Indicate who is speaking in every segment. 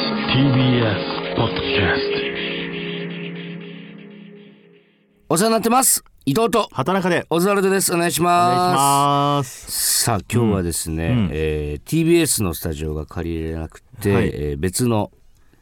Speaker 1: TBS ポッドキャス
Speaker 2: お世話になってます伊藤と
Speaker 3: 畑中でお
Speaker 2: オズワルドですお願いします
Speaker 3: 願いします。
Speaker 2: さあ今日はですね、
Speaker 3: ん
Speaker 2: えー TBS のスタジオが借りれなくて、
Speaker 3: はい
Speaker 2: えー別の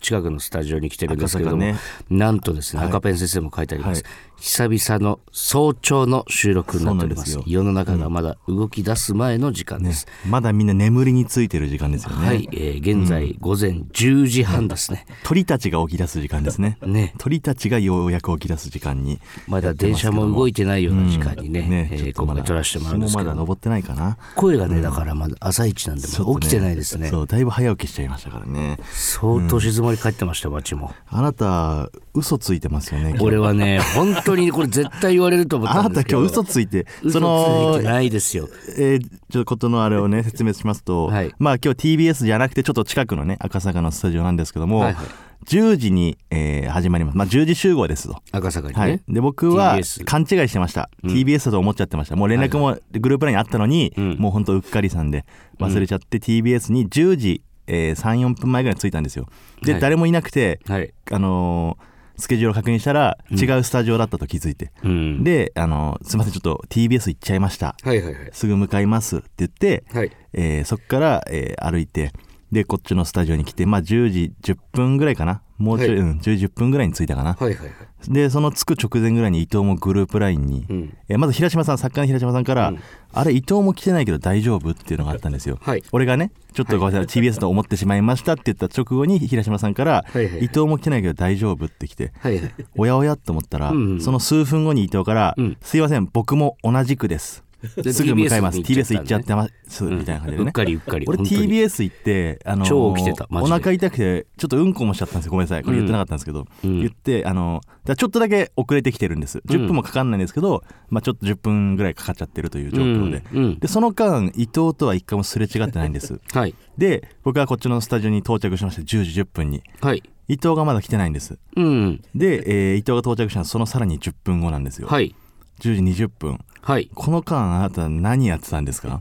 Speaker 2: 近くのスタジオに来てるんですけれども、
Speaker 3: 赤坂ね
Speaker 2: なんとですね、赤ペン先生も書いてあります、久々の早朝の収録になっております
Speaker 3: そうなんです
Speaker 2: 世の中がまだ動き出す前の時間です、
Speaker 3: まだみんな眠りについてる時間ですよね。
Speaker 2: はい、えー現在午前10時半ですね、
Speaker 3: 鳥たちが起き出す時間ですね。
Speaker 2: ね
Speaker 3: 鳥たちがようやく起き出す時間に。
Speaker 2: まだ電車も動いてないような時間にね,、えー
Speaker 3: ちょっと
Speaker 2: 今
Speaker 3: まだ
Speaker 2: 回撮らせてもらうんですけ
Speaker 3: 日もまだ
Speaker 2: ど
Speaker 3: 登ってないかな。
Speaker 2: 声がねだからまだ朝一なんで
Speaker 3: ちょっと
Speaker 2: も
Speaker 3: ね
Speaker 2: う起きてないですね
Speaker 3: そう、だいぶ早起きしちゃいましたからね。
Speaker 2: 相当静まり返ってました街も。
Speaker 3: あなた、嘘ついてますよね。
Speaker 2: 俺はね、本当にこれ絶対言われると思っ
Speaker 3: あ
Speaker 2: た
Speaker 3: なん
Speaker 2: で
Speaker 3: た
Speaker 2: すけど。
Speaker 3: 今日嘘ついて、
Speaker 2: 嘘
Speaker 3: そ
Speaker 2: つい
Speaker 3: の
Speaker 2: て、ないですよ。
Speaker 3: えー、ちょっとことのあれを ね説明しますと、
Speaker 2: はい
Speaker 3: まあ今日 TBS じゃなくてちょっと近くのね赤坂のスタジオなんですけども、
Speaker 2: はいはい
Speaker 3: 10時に、えー始まります、まあ、10時集合ですと。
Speaker 2: 赤坂にね。
Speaker 3: はい、で僕は
Speaker 2: TBS
Speaker 3: 勘違いしてました、TBS だと思っちゃってましたもう連絡もグループラインあったのに、
Speaker 2: うん
Speaker 3: もうほんとうっかりさんで忘れちゃって、TBS に10時、えー、34分前ぐらいに着いたんですよで、
Speaker 2: はい
Speaker 3: 誰もいなくて、
Speaker 2: はい。
Speaker 3: あのースケジュールを確認したら違うスタジオだったと気づいて、
Speaker 2: うん。
Speaker 3: で、あのーすいませんちょっと TBS 行っちゃいました
Speaker 2: はいはいはい。
Speaker 3: すぐ向かいますって言って、
Speaker 2: はい。
Speaker 3: えーそっから、えー歩いてでこっちのスタジオに来て、まあ、10時10分ぐらいかなもうちょい、
Speaker 2: はい
Speaker 3: うん10時10分ぐらいに着いたかな、
Speaker 2: はいはいはい。
Speaker 3: でその着く直前ぐらいに伊藤もグループ LINE に、
Speaker 2: うん
Speaker 3: えーまず平島さん作家の平島さんから、
Speaker 2: うん
Speaker 3: あれ伊藤も来てないけど大丈夫っていうのがあったんですよ、
Speaker 2: はい
Speaker 3: 俺がねちょっとごめんなさい TBS と思ってしまいましたって言った直後に平島さんから、
Speaker 2: はいはいはい
Speaker 3: 伊藤も来てないけど大丈夫って来て
Speaker 2: はいはい。
Speaker 3: おやおやと思ったら、
Speaker 2: うんうん
Speaker 3: その数分後に伊藤から、
Speaker 2: うん
Speaker 3: すいません僕も同じくです
Speaker 2: です
Speaker 3: ぐ向かいます TBS
Speaker 2: TBS
Speaker 3: 行っちゃってます、みたいな感じで
Speaker 2: う
Speaker 3: ね
Speaker 2: っかりうっかり。
Speaker 3: 俺
Speaker 2: 本当に
Speaker 3: TBS 行って、あのー
Speaker 2: 超起きてたマジ
Speaker 3: お
Speaker 2: で
Speaker 3: 腹痛くてちょっとうんこもしちゃったんですよごめんなさいこれ言ってなかったんですけど、
Speaker 2: うん
Speaker 3: 言って、あのーだからちょっとだけ遅れてきてるんです10分もかかんないんですけど、まあ、ちょっと10分ぐらいかかっちゃってるという状況で、
Speaker 2: うんうん
Speaker 3: でその間伊藤とは一回もすれ違ってないんです
Speaker 2: はい。
Speaker 3: で僕はこっちのスタジオに到着しました10時10分に
Speaker 2: はい。
Speaker 3: 伊藤がまだ来てないんです
Speaker 2: うん。
Speaker 3: で、えー伊藤が到着したのはそのさらに10分後なんですよ、
Speaker 2: はい。
Speaker 3: 10時20分
Speaker 2: はい。
Speaker 3: この間あなた何やってたんですか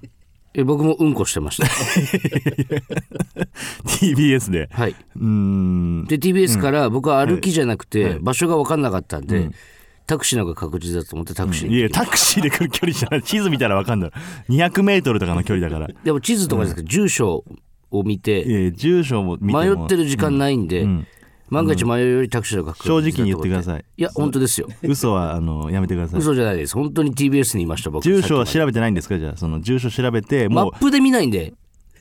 Speaker 2: え、僕もうんこしてま した。
Speaker 3: TBS で
Speaker 2: はい。
Speaker 3: うーん
Speaker 2: で、TBS から僕は歩きじゃなくて、場所が分かんなかったんで、
Speaker 3: うん
Speaker 2: タクシーの方が確実だと思ってタクシー
Speaker 3: い
Speaker 2: に
Speaker 3: や
Speaker 2: 行きました、
Speaker 3: タクシーで来る距離じゃない地図見たら分かんない200メートルとかの距離だからい
Speaker 2: でも地図とかですけど、住所を見て、
Speaker 3: やいや住所も見ても
Speaker 2: 迷ってる時間ないんで、
Speaker 3: うん
Speaker 2: 万が一迷うよりタクシーの方が確実だ
Speaker 3: 正直
Speaker 2: と思
Speaker 3: に言ってください
Speaker 2: いや、本当ですよ。
Speaker 3: 嘘はあのやめてください
Speaker 2: 嘘じゃないです。本当に TBS にいました、僕。
Speaker 3: 住所は
Speaker 2: さっき
Speaker 3: 調べてないんですかじゃあその住所調べて
Speaker 2: まで
Speaker 3: も
Speaker 2: マップで見ないんで、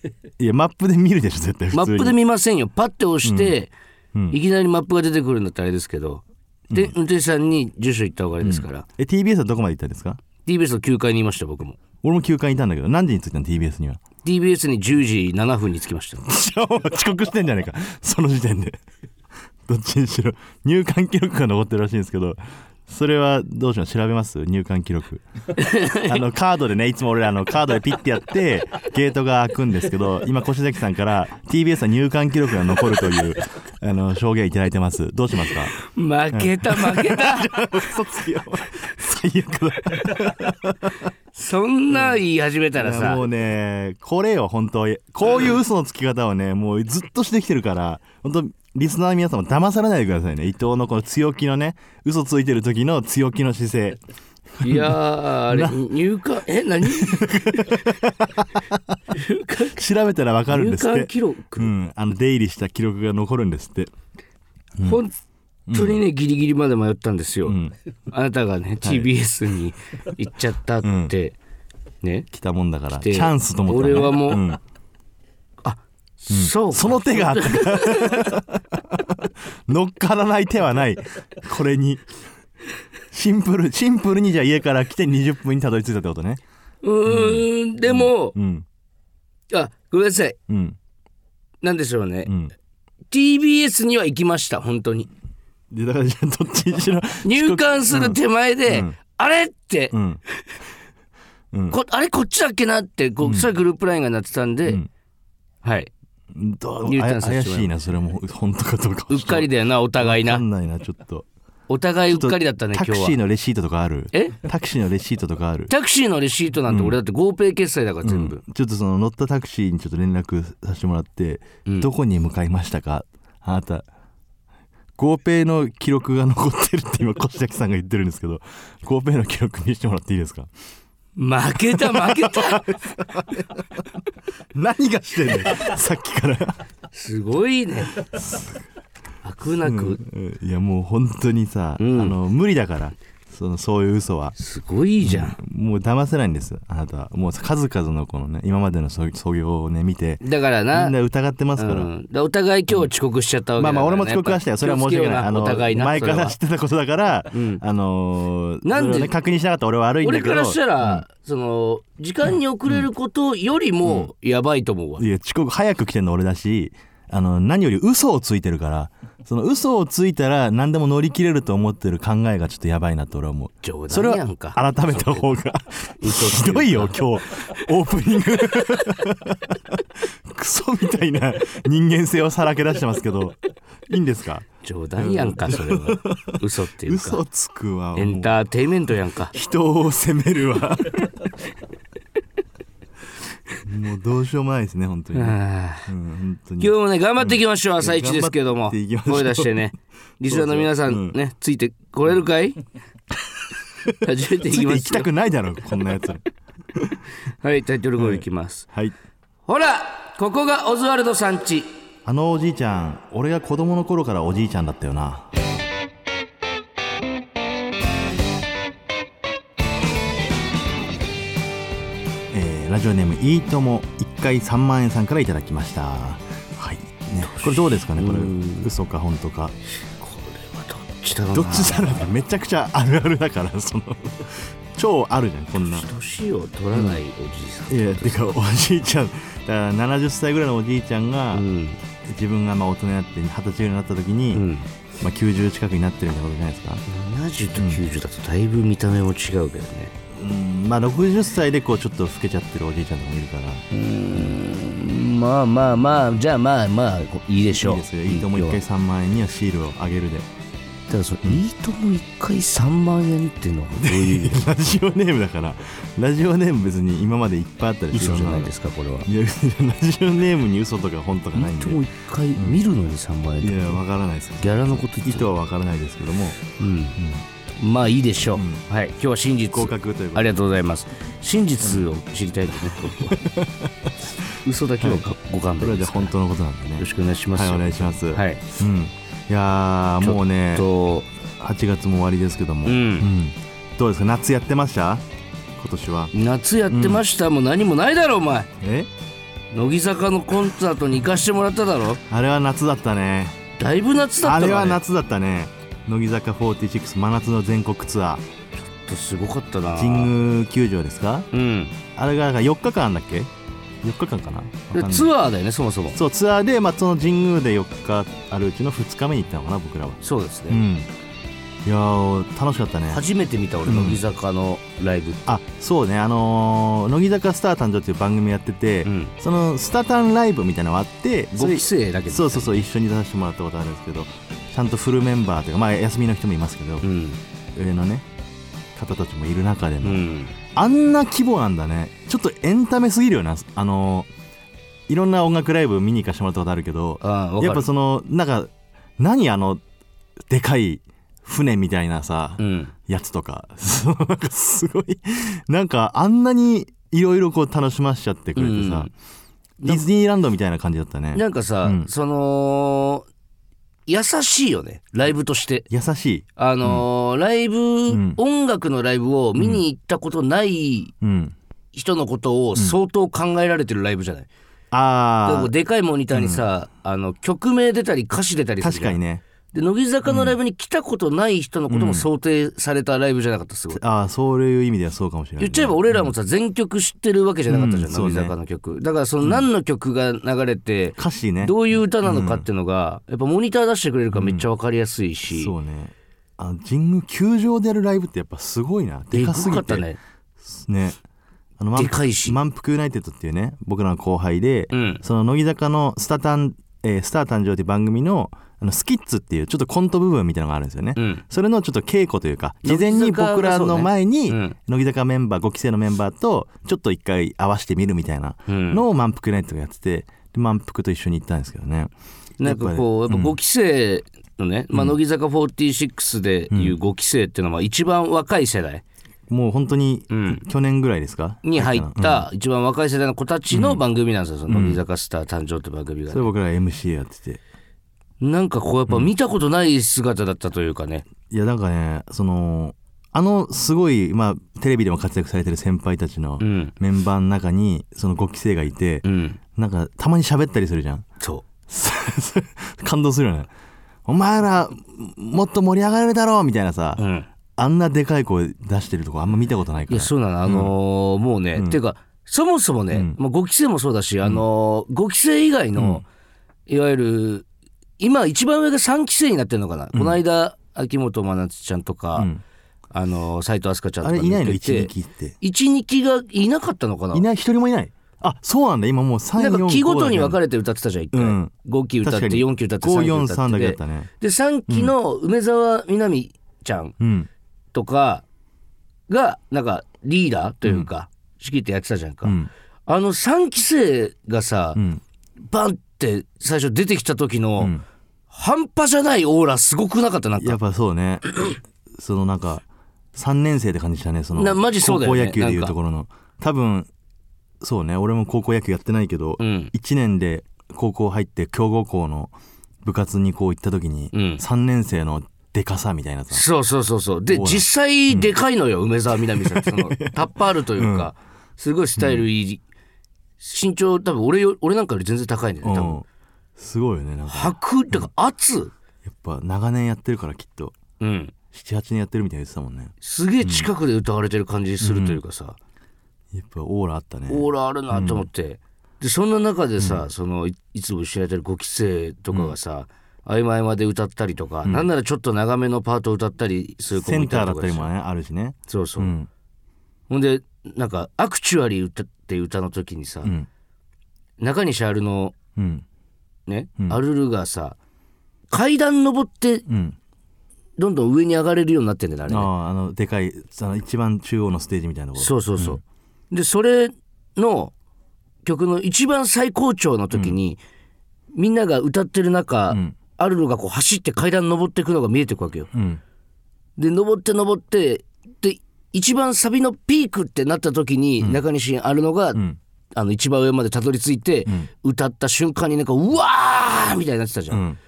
Speaker 3: ういやマップで見るでしょ絶対普通に
Speaker 2: マップで見ませんよ。パッて押して、
Speaker 3: うん
Speaker 2: いきなりマップが出てくるんだったらあれですけど、で、運転手さんに住所言った方がいいですから、
Speaker 3: え TBS はどこまで行ったんですか
Speaker 2: TBS の9階にいました、僕も。
Speaker 3: 俺も9階にいたんだけど何時に着いたの TBS には
Speaker 2: TBS に10時7分に着きました。
Speaker 3: じゃあもう遅刻してんじゃねえかその時点でどっちにしろ入館記録が残ってるらしいんですけどそれはどうしよう調べます入館記録あのカードでねいつも俺らあのカードでピッてやってゲートが開くんですけど今越崎さんから TBS は入館記録が残るというあの証言いただいてますどうしますか
Speaker 2: 負けた、負けた。
Speaker 3: 嘘つきよ最悪
Speaker 2: そんな言い始めたら
Speaker 3: だ
Speaker 2: さ
Speaker 3: もう、ねこれよ本当こういう嘘のつき方をねもうずっとしてきてるから本当リスナーの皆さんも騙されないでくださいね伊藤のこの強気のね嘘ついてる時の強気の姿勢
Speaker 2: いやー、あれ、入管、え、何
Speaker 3: 調べたらわかるん
Speaker 2: 入
Speaker 3: ですっ
Speaker 2: 管
Speaker 3: て
Speaker 2: 記録、
Speaker 3: うん、あの出入りした記録が残るんですって、
Speaker 2: 本当にね、ギリギリまで迷ったんですよ。
Speaker 3: うん、
Speaker 2: あなたがね TBS に行っちゃったって、ね
Speaker 3: 来たもんだからチ
Speaker 2: て
Speaker 3: ャンスと思ったね
Speaker 2: 俺はもうんそうか
Speaker 3: その手があった から乗っからない手はないこれにシンプルシンプルにじゃあ家から来て20分にたどり着いたってことね
Speaker 2: うーんでも、
Speaker 3: うん
Speaker 2: あごめんなさい
Speaker 3: うん
Speaker 2: なんでしょうね、
Speaker 3: うん
Speaker 2: TBS には行きました本当に
Speaker 3: でだからじゃあどっちにしろ
Speaker 2: 入管する手前で、
Speaker 3: うん
Speaker 2: あれって、
Speaker 3: うんうん
Speaker 2: こあれこっちだっけなってこう、それグループラインが鳴ってたんで、
Speaker 3: うん
Speaker 2: はい
Speaker 3: どう
Speaker 2: 入
Speaker 3: あ
Speaker 2: 館
Speaker 3: や
Speaker 2: させ
Speaker 3: 怪
Speaker 2: てもらいます
Speaker 3: しいなそれも本当かどうか
Speaker 2: うっかりだよなお互い
Speaker 3: わか
Speaker 2: なん
Speaker 3: ないなちょっと
Speaker 2: お互いうっかりだったね
Speaker 3: タ
Speaker 2: 今
Speaker 3: ク
Speaker 2: 日
Speaker 3: シー
Speaker 2: は
Speaker 3: のレシートとかある
Speaker 2: え
Speaker 3: タクシーのレシートとかある
Speaker 2: タクシーのレシートなんて俺だって合ペイ決済だから全部、
Speaker 3: ちょっとその乗ったタクシーにちょっと連絡させてもらって、どこに向かいましたかあなた合ペイの記録が残ってるって今越崎さんが言ってるんですけど合ペイの記録見せてもらっていいですか
Speaker 2: 負けた負けた
Speaker 3: 何がしてんの さっきから、
Speaker 2: すごいねあくなく、
Speaker 3: うんいやもう本当にさ、
Speaker 2: うん
Speaker 3: あの無理だからそのそういう嘘は
Speaker 2: すごいじゃん、
Speaker 3: もう騙せないんですあなたはもう数々のこのね今までのそ創業をね見て
Speaker 2: だからな
Speaker 3: みんな疑ってますから、
Speaker 2: うん、だからお互い今日遅刻しちゃったわけ
Speaker 3: まあ
Speaker 2: だか
Speaker 3: ま
Speaker 2: ら
Speaker 3: あ
Speaker 2: ね、
Speaker 3: 俺も遅刻はしたよ。それは申し訳ない。
Speaker 2: やっぱ
Speaker 3: あの
Speaker 2: 気をつけようお互いな
Speaker 3: 前か
Speaker 2: それ
Speaker 3: ら
Speaker 2: は
Speaker 3: 知ってたことだから、
Speaker 2: ん
Speaker 3: あのー
Speaker 2: なんで
Speaker 3: それをね確認しなかった俺は悪いんだ
Speaker 2: 俺
Speaker 3: けど。
Speaker 2: からしたら、
Speaker 3: うん
Speaker 2: その時間に遅れることよりもやばいと思うわ、
Speaker 3: いや遅刻早く来てんの俺だしあの何より嘘をついてるからその嘘をついたら何でも乗り切れると思ってる考えがちょっとやばいなと俺は思う
Speaker 2: 冗
Speaker 3: それ
Speaker 2: 談や
Speaker 3: は
Speaker 2: んか
Speaker 3: 改めた方がひどいよ今日オープニング クソみたいな人間性をさらけ出してますけどいいんですか
Speaker 2: 冗談やんかそれは嘘っていう
Speaker 3: 嘘
Speaker 2: か
Speaker 3: つくわもう
Speaker 2: エンターテイメントやんか
Speaker 3: 人を責めるわ もうどうしようもないですね本当に、うん、
Speaker 2: あー
Speaker 3: 本当に
Speaker 2: 今日もね頑張っていきましょう朝一ですけども
Speaker 3: 頑張っていきましょう
Speaker 2: 声出して ねリスナーの皆さんね、ついてこれるかい初めてい
Speaker 3: つ
Speaker 2: き
Speaker 3: いて
Speaker 2: ま
Speaker 3: 行き
Speaker 2: す
Speaker 3: た
Speaker 2: よ
Speaker 3: くないだろこんなやつら
Speaker 2: はいタイトルコールいきます、
Speaker 3: はい
Speaker 2: ほらここがオズワルドさん家
Speaker 3: あのおじいちゃん俺が子供の頃からおじいちゃんだったよなえーラジオネームいいとも1回3万円さんからいただきましたはい、ね、これどうですかねこれ嘘か本当か
Speaker 2: これはどっちだろうな
Speaker 3: どっちだろうねめちゃくちゃあるあるだからその超あるじゃんこんな
Speaker 2: 年を取らないおじいさん、
Speaker 3: いやてかおじいちゃんだから70歳ぐらいのおじいちゃんが、
Speaker 2: うん
Speaker 3: 自分がまあ大人になって二十歳ぐらいになった時に、
Speaker 2: うん、
Speaker 3: まあ、90近くになってるみたいなことじゃないですか、
Speaker 2: 70と90だとだいぶ見た目も違うけどね、
Speaker 3: うんまあ、60歳でこうちょっと老けちゃってるおじいちゃんとかもいるから、
Speaker 2: まあまあまあじゃあまあまあいいでし
Speaker 3: いいですよいいとも1
Speaker 2: 今日
Speaker 3: 回
Speaker 2: は
Speaker 3: 3万円にはシールをあげるで
Speaker 2: ただそのいいとも一回3万円っていうのはどういう意味
Speaker 3: ラジオネームだからラジオネーム別に今までいっぱいあったり
Speaker 2: 嘘じゃないですすかこれはい
Speaker 3: やラジオネームに嘘とか本とかない
Speaker 2: い
Speaker 3: ん
Speaker 2: い
Speaker 3: で
Speaker 2: とも一回見るのに3万円って
Speaker 3: いやわからないです
Speaker 2: ギャラのこと言
Speaker 3: 意
Speaker 2: って
Speaker 3: 図
Speaker 2: た
Speaker 3: はわからないですけども
Speaker 2: うんまあいいでしょう、
Speaker 3: ん
Speaker 2: はい今日は真実
Speaker 3: 合格ということ
Speaker 2: あ
Speaker 3: で
Speaker 2: りがとうございます真実を知りたいんでね僕は嘘だけはご勘
Speaker 3: これ
Speaker 2: 弁
Speaker 3: はじ
Speaker 2: で
Speaker 3: ゃあ
Speaker 2: すから
Speaker 3: 本
Speaker 2: よ
Speaker 3: 当のことなんでね
Speaker 2: ろしくお願いします
Speaker 3: はい
Speaker 2: よ
Speaker 3: お願いします、
Speaker 2: はいい
Speaker 3: うん、いやーもうね
Speaker 2: と
Speaker 3: 8月も終わりですけども、
Speaker 2: うん
Speaker 3: んどうですか夏やってました今年は
Speaker 2: 夏やってました、もう何もないだろお前
Speaker 3: え
Speaker 2: 乃木坂のコンサートに行かしてもらっただろ
Speaker 3: あれは夏だったね
Speaker 2: だいぶ夏だ
Speaker 3: あ
Speaker 2: った
Speaker 3: れ
Speaker 2: わ
Speaker 3: は夏だったね乃木坂46真夏の全国ツア
Speaker 2: ちょっとすごかったな
Speaker 3: ー神宮球場ですか
Speaker 2: うん
Speaker 3: あれがなんか4日間だっけ4日間かなわかんない
Speaker 2: ツアーだよねそもそも
Speaker 3: そうツアーで、まあ、その神宮で4日あるうちの2日目に行ったのかな僕らは
Speaker 2: そうです
Speaker 3: う
Speaker 2: ね、
Speaker 3: んいやー楽しかったね
Speaker 2: 初めて見た俺
Speaker 3: うん
Speaker 2: 乃木坂のライブ、
Speaker 3: あそうねあのー乃木坂スター誕生っていう番組やってて、
Speaker 2: うん
Speaker 3: そのスタタンライブみたいなのがあって
Speaker 2: ご
Speaker 3: それ
Speaker 2: 期生だけど
Speaker 3: そうそうそう一緒に出させてもらったことあるんですけどちゃんとフルメンバーというかまあ休みの人もいますけど、
Speaker 2: うん
Speaker 3: 上のね方たちもいる中で
Speaker 2: う
Speaker 3: の、
Speaker 2: ん
Speaker 3: あんな規模なんだねちょっとエンタメすぎるよなあのーいろんな音楽ライブ見に行かせてもらったことあるけど
Speaker 2: ああ分かる
Speaker 3: やっぱそのなんか何あのでかい船みたいなさ、
Speaker 2: うん
Speaker 3: やつとか そうなんかすごいなんかあんなにいろいろこう楽しましちゃってくれてさ、ディズニーランドみたいな感じだったね
Speaker 2: なんかさ、
Speaker 3: うん
Speaker 2: その優しいよねライブとして
Speaker 3: 優しい、
Speaker 2: あのーライブ、
Speaker 3: ん
Speaker 2: 音楽のライブを見に行ったことない
Speaker 3: うん、
Speaker 2: 人のことを相当考えられてるライブじゃない、
Speaker 3: あ
Speaker 2: で
Speaker 3: ー
Speaker 2: でかいモニターにさ、あの曲名出たり歌詞出たりするじ
Speaker 3: 確
Speaker 2: ゃ
Speaker 3: か
Speaker 2: ん
Speaker 3: にね
Speaker 2: で乃木坂のライブに来たことない人のことも想定されたライブじゃなかったすごい、
Speaker 3: ああそういう意味ではそうかもしれない
Speaker 2: 言っちゃえば俺らもさ全曲知ってるわけじゃなかったじゃん、
Speaker 3: うんそう
Speaker 2: 乃
Speaker 3: ね
Speaker 2: 木坂の曲だからその何の曲が流れて、
Speaker 3: 歌詞ね
Speaker 2: どういう歌なのかっていうのが、やっぱモニター出してくれるからめっちゃ分かりやすいし、
Speaker 3: そうねあの神宮球場でやるライブってやっぱすごいなで
Speaker 2: で
Speaker 3: か
Speaker 2: か
Speaker 3: すぎ
Speaker 2: か
Speaker 3: て
Speaker 2: ったね
Speaker 3: ねあの満腹
Speaker 2: でかいし
Speaker 3: 満腹ユナイテッドっていうね僕らの後輩で、
Speaker 2: うん
Speaker 3: その乃木坂のスタタンえースター誕生」という番組のあのスキッツっていうちょっとコント部分みたいなのがあるんですよね、
Speaker 2: うん
Speaker 3: それのちょっと稽古というか事前に僕らの前に
Speaker 2: 乃木坂がそうね
Speaker 3: 乃木坂メンバー5期生のメンバーとちょっと一回合わせてみるみたいなのを満腹ナイトがやっててで満腹と一緒に行ったんですけどね
Speaker 2: なんかこうやっぱ5期生のね、まあ、乃木坂46でいう5期生っていうのはまあ一番若い世代
Speaker 3: もう本当に去年ぐらいですか、
Speaker 2: に入った一番若い世代の子たちの番組なんですよ、その乃木坂スター誕生って番組が
Speaker 3: それ。僕らが MC やってて
Speaker 2: なんかこうやっぱ見たことない姿だったというかね、
Speaker 3: いやなんかねそのあのすごい、まあ、テレビでも活躍されてる先輩たちの
Speaker 2: ん
Speaker 3: メンバーの中にその5期生がいて、
Speaker 2: うん、
Speaker 3: なんかたまに喋ったりするじゃん
Speaker 2: そ
Speaker 3: 感動するよねお前らもっと盛り上がれるだろうみたいなさ、
Speaker 2: う、うん、
Speaker 3: あんなでかい声出してるとこあんま見たことないか
Speaker 2: い
Speaker 3: ら
Speaker 2: やそうなのあのーもうね、っていうかそもそもね、まあ、5期生もそうだし、あのー、5期生以外の、いわゆる今一番上が3期生になってるのかな、この間秋元真夏ちゃんとか、
Speaker 3: ん
Speaker 2: あのー、斉藤飛鳥ちゃんと
Speaker 3: あ
Speaker 2: か
Speaker 3: れいないの
Speaker 2: 抜けて
Speaker 3: 12期って
Speaker 2: 12期がいなかったのかない
Speaker 3: ない一人もいないあそうなんだ今もう
Speaker 2: なん
Speaker 3: 34
Speaker 2: か期ごとに分か
Speaker 3: れ
Speaker 2: れて歌ってたじゃん一回、
Speaker 3: うん
Speaker 2: 5期歌って4期歌って3期歌
Speaker 3: 543
Speaker 2: っ
Speaker 3: だけだ
Speaker 2: て
Speaker 3: ったね
Speaker 2: で3期の梅沢みなみちゃん
Speaker 3: うん
Speaker 2: とかがなんかリーダーというか仕切ってやってたじゃんか、
Speaker 3: うん
Speaker 2: あの3期生がさ、
Speaker 3: うん
Speaker 2: バンって最初出てきた時の、
Speaker 3: ん
Speaker 2: 半端じゃないオーラすごくなかったなん
Speaker 3: や
Speaker 2: か
Speaker 3: っぱそう ねそのなんか3年生って感じしたねその
Speaker 2: なマジそうだよね
Speaker 3: 高校野球でい
Speaker 2: なん
Speaker 3: う
Speaker 2: か
Speaker 3: ところの多分そうね俺も高校野球やってないけど、
Speaker 2: うん
Speaker 3: 1年で高校入って強豪校の部活にこう行った時に、
Speaker 2: うん
Speaker 3: 3年生のでかさみたいなさ
Speaker 2: そうそうそうそうで
Speaker 3: オーラ
Speaker 2: 実際でかいのよ、梅沢みなみさんそのタッパーあるというか、すごいスタイルいい、身長多分俺よ俺なんかより全然高いんだよね多分
Speaker 3: うんすごいよねなんか
Speaker 2: 白ってか圧
Speaker 3: やっぱ長年やってるからきっと
Speaker 2: うん
Speaker 3: 78年やってるみたいな言ってたもんね
Speaker 2: すげえ近くで歌われてる感じするというかさ、
Speaker 3: やっぱオーラあったね
Speaker 2: オーラあるなと思って、でそんな中でさ、そのいいつも一緒にやってる5期生とかがさ、合間合間で歌ったりとか、なんならちょっと長めのパート歌ったりする子
Speaker 3: セ
Speaker 2: もい
Speaker 3: ン
Speaker 2: た
Speaker 3: タ
Speaker 2: り
Speaker 3: ーだ
Speaker 2: とか
Speaker 3: ったり
Speaker 2: で
Speaker 3: もねあるしね
Speaker 2: そうそう、
Speaker 3: うん
Speaker 2: ほんでなんか「アクチュアリー歌」って歌の時にさ、
Speaker 3: うん
Speaker 2: 中西アルの
Speaker 3: うん
Speaker 2: ね、アルルがさ階段登って
Speaker 3: うん
Speaker 2: どんどん上に上がれるようになってんだよねあれね
Speaker 3: あああのでかいあの一番中央のステージみたいなところ
Speaker 2: そうそうそう。でそれの曲の一番最高潮の時に、みんなが歌ってる中、アルロがこう走って階段登っていくのが見えてくわけよ。
Speaker 3: うん
Speaker 2: で登って登ってで一番サビのピークってなった時に、中西アルノが、
Speaker 3: ん
Speaker 2: あの一番上までたどり着いて、歌った瞬間になんかうわーみたいになってたじゃん。
Speaker 3: ん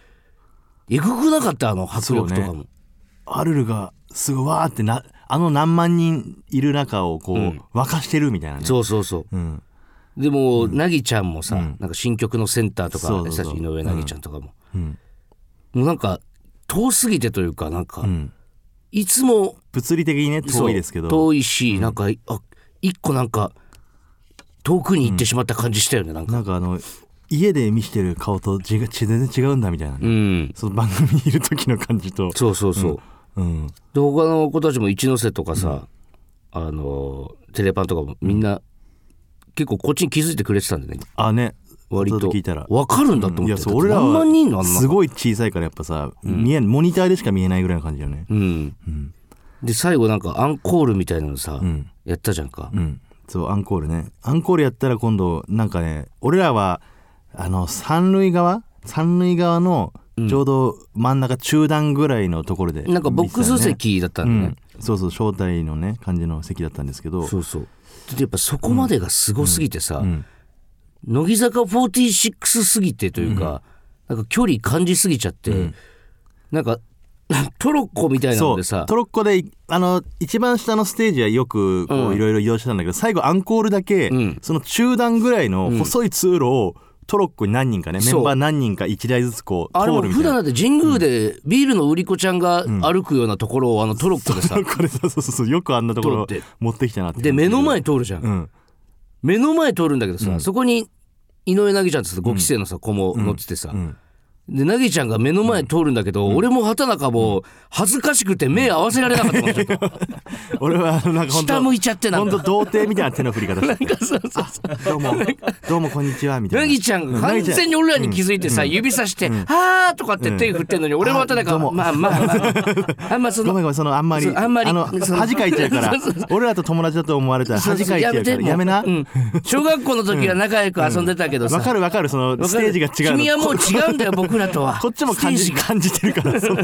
Speaker 2: えぐくなかったあの迫力とか
Speaker 3: そう
Speaker 2: も。
Speaker 3: アルルがすごいわーってなあの何万人いる中をこう、沸かしてるみたいなね
Speaker 2: そうそうそう。
Speaker 3: うん
Speaker 2: でも、なぎちゃんもさ、なんか新曲のセンターとか、
Speaker 3: そうそう
Speaker 2: 私
Speaker 3: そ
Speaker 2: た
Speaker 3: う
Speaker 2: ち井上なぎちゃんとかも、
Speaker 3: うん
Speaker 2: もうなんか遠すぎてというかなんか、
Speaker 3: うん
Speaker 2: いつも
Speaker 3: 物理的にね遠いですけど
Speaker 2: そう遠いし、なんかあ一個なんか遠くに行ってしまった感じしたよねなんか
Speaker 3: なんかあの家で見してる顔と違う全然違うんだみたいな
Speaker 2: う
Speaker 3: ね、
Speaker 2: ん、
Speaker 3: その番組にいる時の感じと
Speaker 2: そうそうそう、で
Speaker 3: うん
Speaker 2: 他の子たちも一ノ瀬とかさ、あのーテレパンとかもみんな、結構こっちに気づいてくれてたんでね
Speaker 3: あね
Speaker 2: 割
Speaker 3: ちょ
Speaker 2: と
Speaker 3: っ聞いたら
Speaker 2: 分かるんだと思って、
Speaker 3: いやそう俺ら
Speaker 2: 何
Speaker 3: は
Speaker 2: 万人いんのあんな
Speaker 3: すごい小さいからやっぱさ、見えんモニターでしか見えないぐらいの感じだよね
Speaker 2: うん、で最後なんかアンコールみたいなのさ、
Speaker 3: ん
Speaker 2: やったじゃんか、
Speaker 3: うんそうアンコールねアンコールやったら今度なんかね俺らはあの三塁側三塁側のちょうど真ん中中段ぐらいのところで、
Speaker 2: なんかボックス席だったんだね、
Speaker 3: ね、うん、そうそう招待のね感じの席だったんですけど
Speaker 2: そうそうでやっぱそこまでがすごすぎてさ、
Speaker 3: ん
Speaker 2: 乃木坂46すぎてというか、なんか距離感じすぎちゃって、なんか トロッコみたいな
Speaker 3: そ
Speaker 2: の
Speaker 3: う
Speaker 2: でさ
Speaker 3: トロッコであの一番下のステージはよくこ
Speaker 2: うん
Speaker 3: ういろいろ移動してたんだけど、最後アンコールだけ、
Speaker 2: うん
Speaker 3: その中段ぐらいの細い通路をトロッコに何人かねメ
Speaker 2: そう
Speaker 3: ンバー何人か1台ずつこう
Speaker 2: あ
Speaker 3: 通
Speaker 2: れも
Speaker 3: るみた
Speaker 2: 普
Speaker 3: い
Speaker 2: 段
Speaker 3: な。
Speaker 2: だって神宮でビールの売り子ちゃんが歩くようなところをあのトロッコでさ、
Speaker 3: これそうそうそうよくあんなところ
Speaker 2: 通って
Speaker 3: 持ってきたなって
Speaker 2: で目の前通るじゃん、
Speaker 3: うん
Speaker 2: 目の前通るんだけどさ、そこに井上凪ちゃんってさ5期生のさ子も乗っててさ、
Speaker 3: ん
Speaker 2: で、なぎちゃんが目の前通るんだけど、俺も畑中も恥ずかしくて目合わせられなかったもん、ちょっ と
Speaker 3: 俺はなんか本当
Speaker 2: 下向いちゃってなん
Speaker 3: 本
Speaker 2: か
Speaker 3: 当童貞みたいな手の振り 方して
Speaker 2: そうそうそう
Speaker 3: どうもどうもこんにちはみた
Speaker 2: ない
Speaker 3: な
Speaker 2: ぎちゃんが完全に俺らに気づいてさ、指さして、はーとかって手振ってんのに、俺も畑中
Speaker 3: あどう
Speaker 2: も、
Speaker 3: も
Speaker 2: まあまあまあ、 あんまそ
Speaker 3: ごめ
Speaker 2: の、
Speaker 3: んごめんそのあんまり
Speaker 2: そうあんまり
Speaker 3: の
Speaker 2: そう
Speaker 3: 恥かいちゃうから
Speaker 2: そうそう
Speaker 3: 俺らと友達だと思われたら恥かいちゃうからやめなわ、
Speaker 2: うん小学校の時は仲良く遊んでたけどさ、
Speaker 3: かるわかるその
Speaker 2: わ
Speaker 3: ス
Speaker 2: かる
Speaker 3: テージが違うの
Speaker 2: 君はもう違うんだよ、僕らとは。
Speaker 3: こっちも感
Speaker 2: ス
Speaker 3: じ
Speaker 2: テージが
Speaker 3: 感じて るから その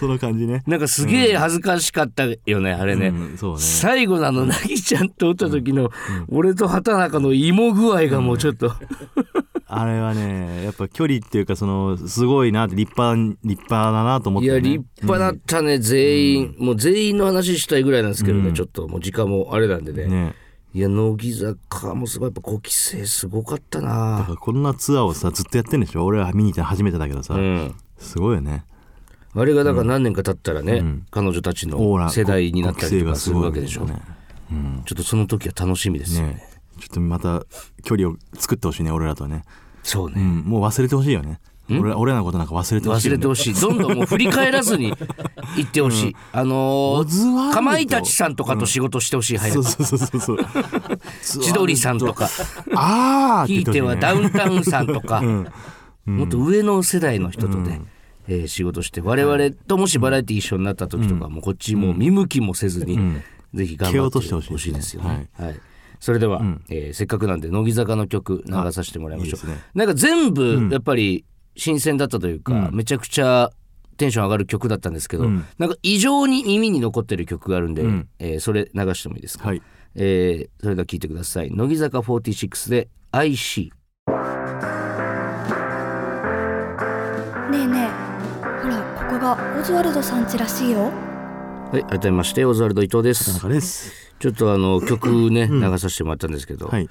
Speaker 3: その感じね
Speaker 2: なんかすげえ恥ずかしかったよね、あれね。
Speaker 3: うんそうね
Speaker 2: 最後のあのなぎちゃんと打った時の、俺と畑中の芋具合がもうちょっと、
Speaker 3: あれはねやっぱ距離っていうかそのすごいなって立派立派だなと思っ
Speaker 2: い
Speaker 3: て、
Speaker 2: や
Speaker 3: ね、
Speaker 2: 立派だったね、全員、もう全員の話したいぐらいなんですけどね、
Speaker 3: うん
Speaker 2: ちょっともう時間もあれなんでね
Speaker 3: ね
Speaker 2: いや乃木坂もすごいやっぱ5期生すごかった
Speaker 3: だ
Speaker 2: な
Speaker 3: からこんなツアーをさずっとやってんでしょ俺は見に行ったの初めてだけどさ、
Speaker 2: うん
Speaker 3: すごいよね
Speaker 2: あれがだから何年か経ったらね、
Speaker 3: ん
Speaker 2: 彼女たち
Speaker 3: オー
Speaker 2: の
Speaker 3: ラ
Speaker 2: 世代になったりと
Speaker 3: 学生
Speaker 2: か
Speaker 3: が
Speaker 2: す
Speaker 3: す
Speaker 2: る
Speaker 3: ごい
Speaker 2: わけでしょ、
Speaker 3: ね
Speaker 2: ちょっとその時は楽しみですよね
Speaker 3: ねちょっとまた距離を作ってほしいね俺らとね、
Speaker 2: そう
Speaker 3: う
Speaker 2: ね
Speaker 3: ん、もう忘れてほしいよね俺ら俺らのことなんか忘れてほしい
Speaker 2: 忘
Speaker 3: よ
Speaker 2: れ
Speaker 3: ね、
Speaker 2: てほしいどんどんもう振り返らずに行ってほしい、あの
Speaker 3: オズワル
Speaker 2: ー、
Speaker 3: ド
Speaker 2: かまいたちさんとかと仕事してほしい、早
Speaker 3: そ
Speaker 2: く
Speaker 3: うそうそうそうそう
Speaker 2: 千鳥さんとか
Speaker 3: ああ
Speaker 2: ひいてはダ
Speaker 3: ウ
Speaker 2: ウンタウンさんとか、もっと上の世代の人とね、えー仕事して我々ともしバラエティー一緒になった時とかもこっちもう見向きもせずに、ぜひ頑張ってほしいですよね。はいそれでは、えーせっかくなんで乃木坂の曲流させてもらいましょう
Speaker 3: あいいですね
Speaker 2: なんか全部やっぱり新鮮だったというか、めちゃくちゃテンション上がる曲だったんですけど、なんか異常に耳に残ってる曲があるんで、えーそれ流してもいいですか、
Speaker 3: はい
Speaker 2: えーそれでは聞いてください乃木坂46で IC
Speaker 4: ねえねえほらここがオズワルドさん家らしいよ
Speaker 2: はい改めましてオズワルド伊藤で
Speaker 3: 田
Speaker 2: す
Speaker 3: 中です
Speaker 2: ちょっとあ の曲ね流させてもらったんですけど、
Speaker 3: はい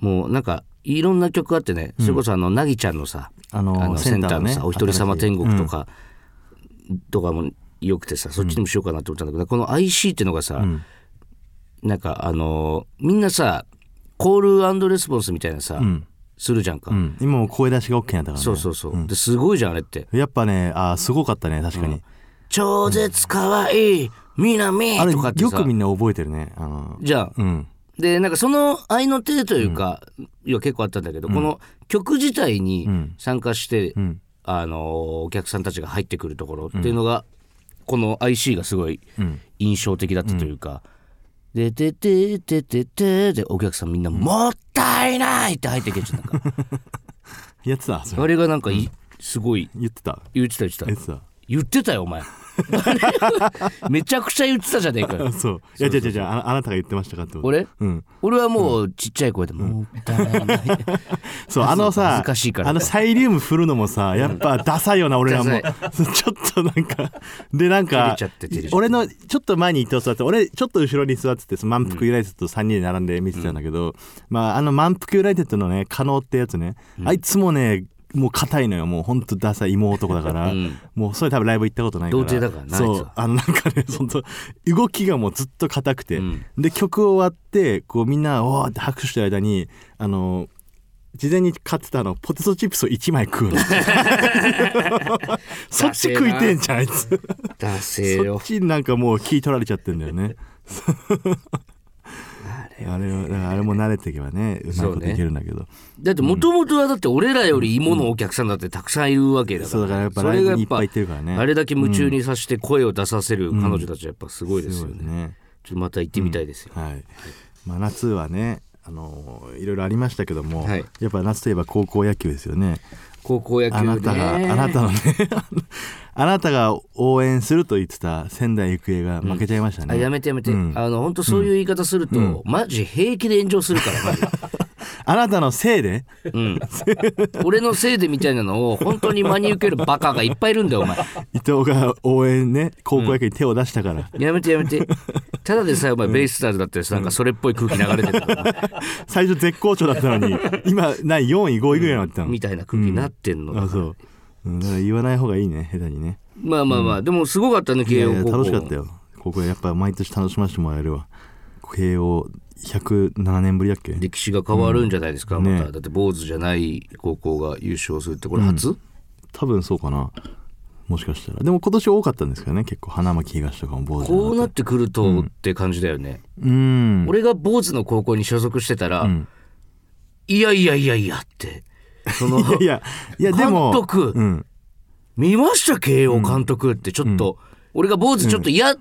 Speaker 2: もうなんかいろんな曲あってねそれこそあのなぎちゃんのさ、
Speaker 3: あの
Speaker 2: あのセンターの
Speaker 3: ね
Speaker 2: さ「お一人様天国」とか、とかもよくてさそっちにもしようかなと思ったんだけど、この IC っていうのがさ、
Speaker 3: ん
Speaker 2: なんかあのみんなさコールレスポンスみたいなさ、
Speaker 3: ん
Speaker 2: するじゃんか、
Speaker 3: うん、今もう声出しが OK なんだから、ね、
Speaker 2: そうそうそう、ですごいじゃんあれって
Speaker 3: やっぱねあーすごかったね確かに、
Speaker 2: 超絶かわいい南
Speaker 3: あれ
Speaker 2: とかってさ
Speaker 3: よくみんな覚えてるねあの
Speaker 2: じゃあ
Speaker 3: うん
Speaker 2: でなんかその愛の手というか、いや結構あったんだけど、この曲自体に参加して、
Speaker 3: ん
Speaker 2: あのーお客さんたちが入ってくるところっていうのが、この IC がすごい印象的だったというか「でててててて」でお客さんみんな「もったいない!」って入ってきちゃった から
Speaker 3: やってたそれ
Speaker 2: あれがなんかいすごい
Speaker 3: 言ってた
Speaker 2: 言ってた言ってた
Speaker 3: 言ってた
Speaker 2: 言ってたよお 前 めちゃくちゃ言ってたじゃねえかよ
Speaker 3: あそういや違う違う違うああなたが言ってましたかってこと
Speaker 2: 俺
Speaker 3: うん
Speaker 2: 俺はもうちっちゃい声で「もったいない」
Speaker 3: そうあのさ
Speaker 2: 難しいから
Speaker 3: あのサイリウム振るのもさやっぱダサいよな俺らも
Speaker 2: ダ
Speaker 3: ちょっとなんかでなんか
Speaker 2: 照れちゃって照れちゃって
Speaker 3: 俺のちょっと前に伊藤座って俺ちょっと後ろに座っててその満腹ユナイテッドと3人で並んで見てたんだけど、まああの満腹ユナイテッドのね加納ってやつね、あいつもねもう硬いのよもうほんとダサい妹男だから、
Speaker 2: うん
Speaker 3: もうそれ多分ライブ行ったことないから
Speaker 2: 童貞だからな
Speaker 3: そ
Speaker 2: あいつ
Speaker 3: う
Speaker 2: は
Speaker 3: あのなんか ねその動きがもうずっと硬くて、
Speaker 2: うん
Speaker 3: で曲終わってこうみんなおーって拍手してる間にあの事前に買ってたあのポテトチップスを1枚 食うのそっち食いてんじゃんあいつ
Speaker 2: ダセー
Speaker 3: そ
Speaker 2: よ
Speaker 3: っちになんかもう気取られちゃってんだ よねあれはだからあれも慣れていけばねうまい
Speaker 2: そう
Speaker 3: こ
Speaker 2: ね
Speaker 3: といけるんだけど
Speaker 2: だってもともとはだって俺らより芋のお客さんだってたくさんいるわけだか
Speaker 3: そ
Speaker 2: ら、
Speaker 3: うだからやっぱ
Speaker 2: そ
Speaker 3: ライ
Speaker 2: れが
Speaker 3: ブ
Speaker 2: やっ
Speaker 3: にいっぱ
Speaker 2: ぱ
Speaker 3: い行ってるからね
Speaker 2: あれだけ夢中にさせて声を出させる彼女たちはやっぱすごいですよね、
Speaker 3: そうね
Speaker 2: ちょっとまた行ってみたいですよ、
Speaker 3: はい、まあ、夏はねあのいろいろありましたけども、
Speaker 2: はい
Speaker 3: やっぱ夏といえば高校野球ですよね
Speaker 2: 高校野球ね
Speaker 3: あなたが、あなたのね あなたが応援すると言ってた仙台育英が負けちゃいましたね、
Speaker 2: あやめてやめて、
Speaker 3: うん
Speaker 2: あの本当そういう言い方すると、マジ平気で炎上するからマジ、
Speaker 3: あなたのせいで
Speaker 2: うん、俺のせいでみたいなのを本当に真に受けるバカがいっぱいいるんだよお前
Speaker 3: 伊藤が応援ね高校野球に手を出したから、
Speaker 2: やめてやめてただでさえお前ベイスターズだってなんかそれっぽい空気流れてるから
Speaker 3: 最初絶好調だったのに今ない4位5位ぐらいになってたの、
Speaker 2: みたいな空気になってんの、
Speaker 3: あそう、うん、だから言わない方がいいね下手にね
Speaker 2: まあまあまあ、でもすごかったね
Speaker 3: い
Speaker 2: 慶
Speaker 3: や
Speaker 2: 応
Speaker 3: いや
Speaker 2: 高校
Speaker 3: 楽しかったよ高校やっぱ毎年楽しませてもらえるわ慶応107年ぶりだっけ
Speaker 2: 歴史が変わるんじゃないですか、
Speaker 3: うん
Speaker 2: また、
Speaker 3: ね
Speaker 2: だって坊主じゃない高校が優勝するってこれ初、
Speaker 3: 多分そうかなもしかしたらでも今年多かったんですけどね結構花巻東とかも坊主
Speaker 2: こうな
Speaker 3: な
Speaker 2: っ
Speaker 3: って
Speaker 2: くるとって感じだよね、
Speaker 3: うん
Speaker 2: 俺が坊主の高校に所属してたら、
Speaker 3: ん
Speaker 2: いやいやいやいやってその
Speaker 3: いやいやでも
Speaker 2: 監督
Speaker 3: うん
Speaker 2: 見ました慶応監督ってちょっと、俺が坊主ちょっと嫌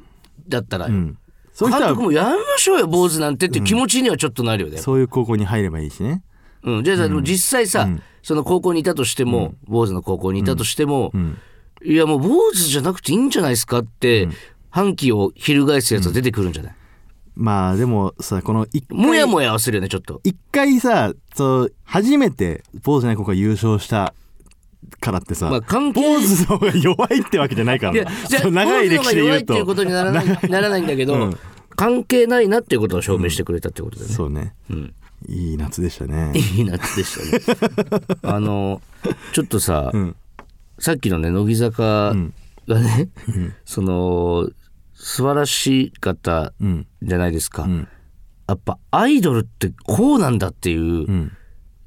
Speaker 2: だったら、
Speaker 3: うんそうい
Speaker 2: 監
Speaker 3: う人
Speaker 2: 督
Speaker 3: は
Speaker 2: もやめましょうよ坊主なんてっていう気持ちにはちょっとなるよね、
Speaker 3: そういう高校に入ればいいしね
Speaker 2: うん、じゃあ、でも実際さ、その高校にいたとしても、坊主の高校にいたとしても、いやもう坊主じゃなくていいんじゃないですかって、反旗を翻すやつは出てくるんじゃない、
Speaker 3: まあでもさこの一回
Speaker 2: もやもやはするよねちょっと。
Speaker 3: 一回さそう初めて坊主じゃない高校が優勝したからってさ、
Speaker 2: まあ関係
Speaker 3: 坊主の方が弱いってわけじゃないから
Speaker 2: いや
Speaker 3: な
Speaker 2: じゃ
Speaker 3: そ
Speaker 2: あ
Speaker 3: う 長い歴史で言
Speaker 2: 坊主の方が弱い
Speaker 3: うと
Speaker 2: っていうことにならないならないんだけど、
Speaker 3: うん
Speaker 2: 関係ないなっていうことを証明してくれたってことだよね。
Speaker 3: そうね、
Speaker 2: ん
Speaker 3: いい夏でしたね
Speaker 2: いい夏でした ね。あのちょっとさ、
Speaker 3: ん
Speaker 2: さっきのね乃木坂がね、その素晴らしかった
Speaker 3: うん
Speaker 2: じゃないですか、
Speaker 3: ん
Speaker 2: やっぱアイドルってこうなんだっていううん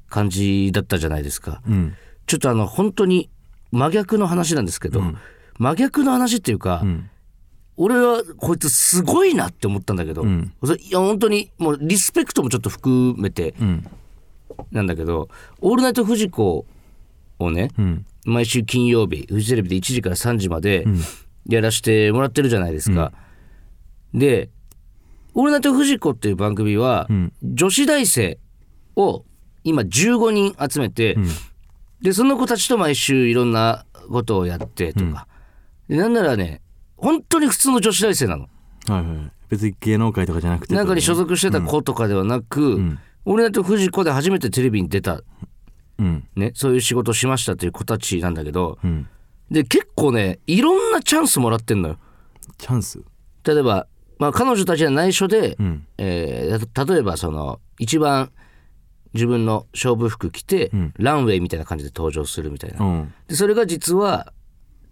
Speaker 2: 感じだったじゃないですか、
Speaker 3: うん
Speaker 2: ちょっとあの本当に真逆の話なんですけど、真逆の話っていうか、
Speaker 3: ん
Speaker 2: 俺はこいつすごいなって思ったんだけど、
Speaker 3: ん
Speaker 2: それいや本当にもうリスペクトもちょっと含めて
Speaker 3: うん
Speaker 2: なんだけど「オールナイトフジコ」をね、
Speaker 3: うん
Speaker 2: 毎週金曜日フジテレビで1時から3時までやらせてもらってるじゃないですか。で「オールナイトフジコ」っていう番組は、
Speaker 3: ん
Speaker 2: 女子大生を今15人集めて、でその子たちと毎週いろんなことをやってとか、でなんならね本当に普通の女子大生なの。
Speaker 3: はいはい別に芸能界とかじゃなくて
Speaker 2: 中に所属してた子とかではなく、俺だとフジコで初めてテレビに出た、
Speaker 3: うん
Speaker 2: ね、そういう仕事をしましたという子たちなんだけど、
Speaker 3: うん
Speaker 2: で結構ねいろんなチャンスもらってんのよ。
Speaker 3: チャンス
Speaker 2: 例えば、まあ、彼女たちは内緒で、
Speaker 3: うん
Speaker 2: えーた例えばその一番自分の勝負服着て、ランウェイみたいな感じで登場するみたいな、
Speaker 3: うん
Speaker 2: でそれが実は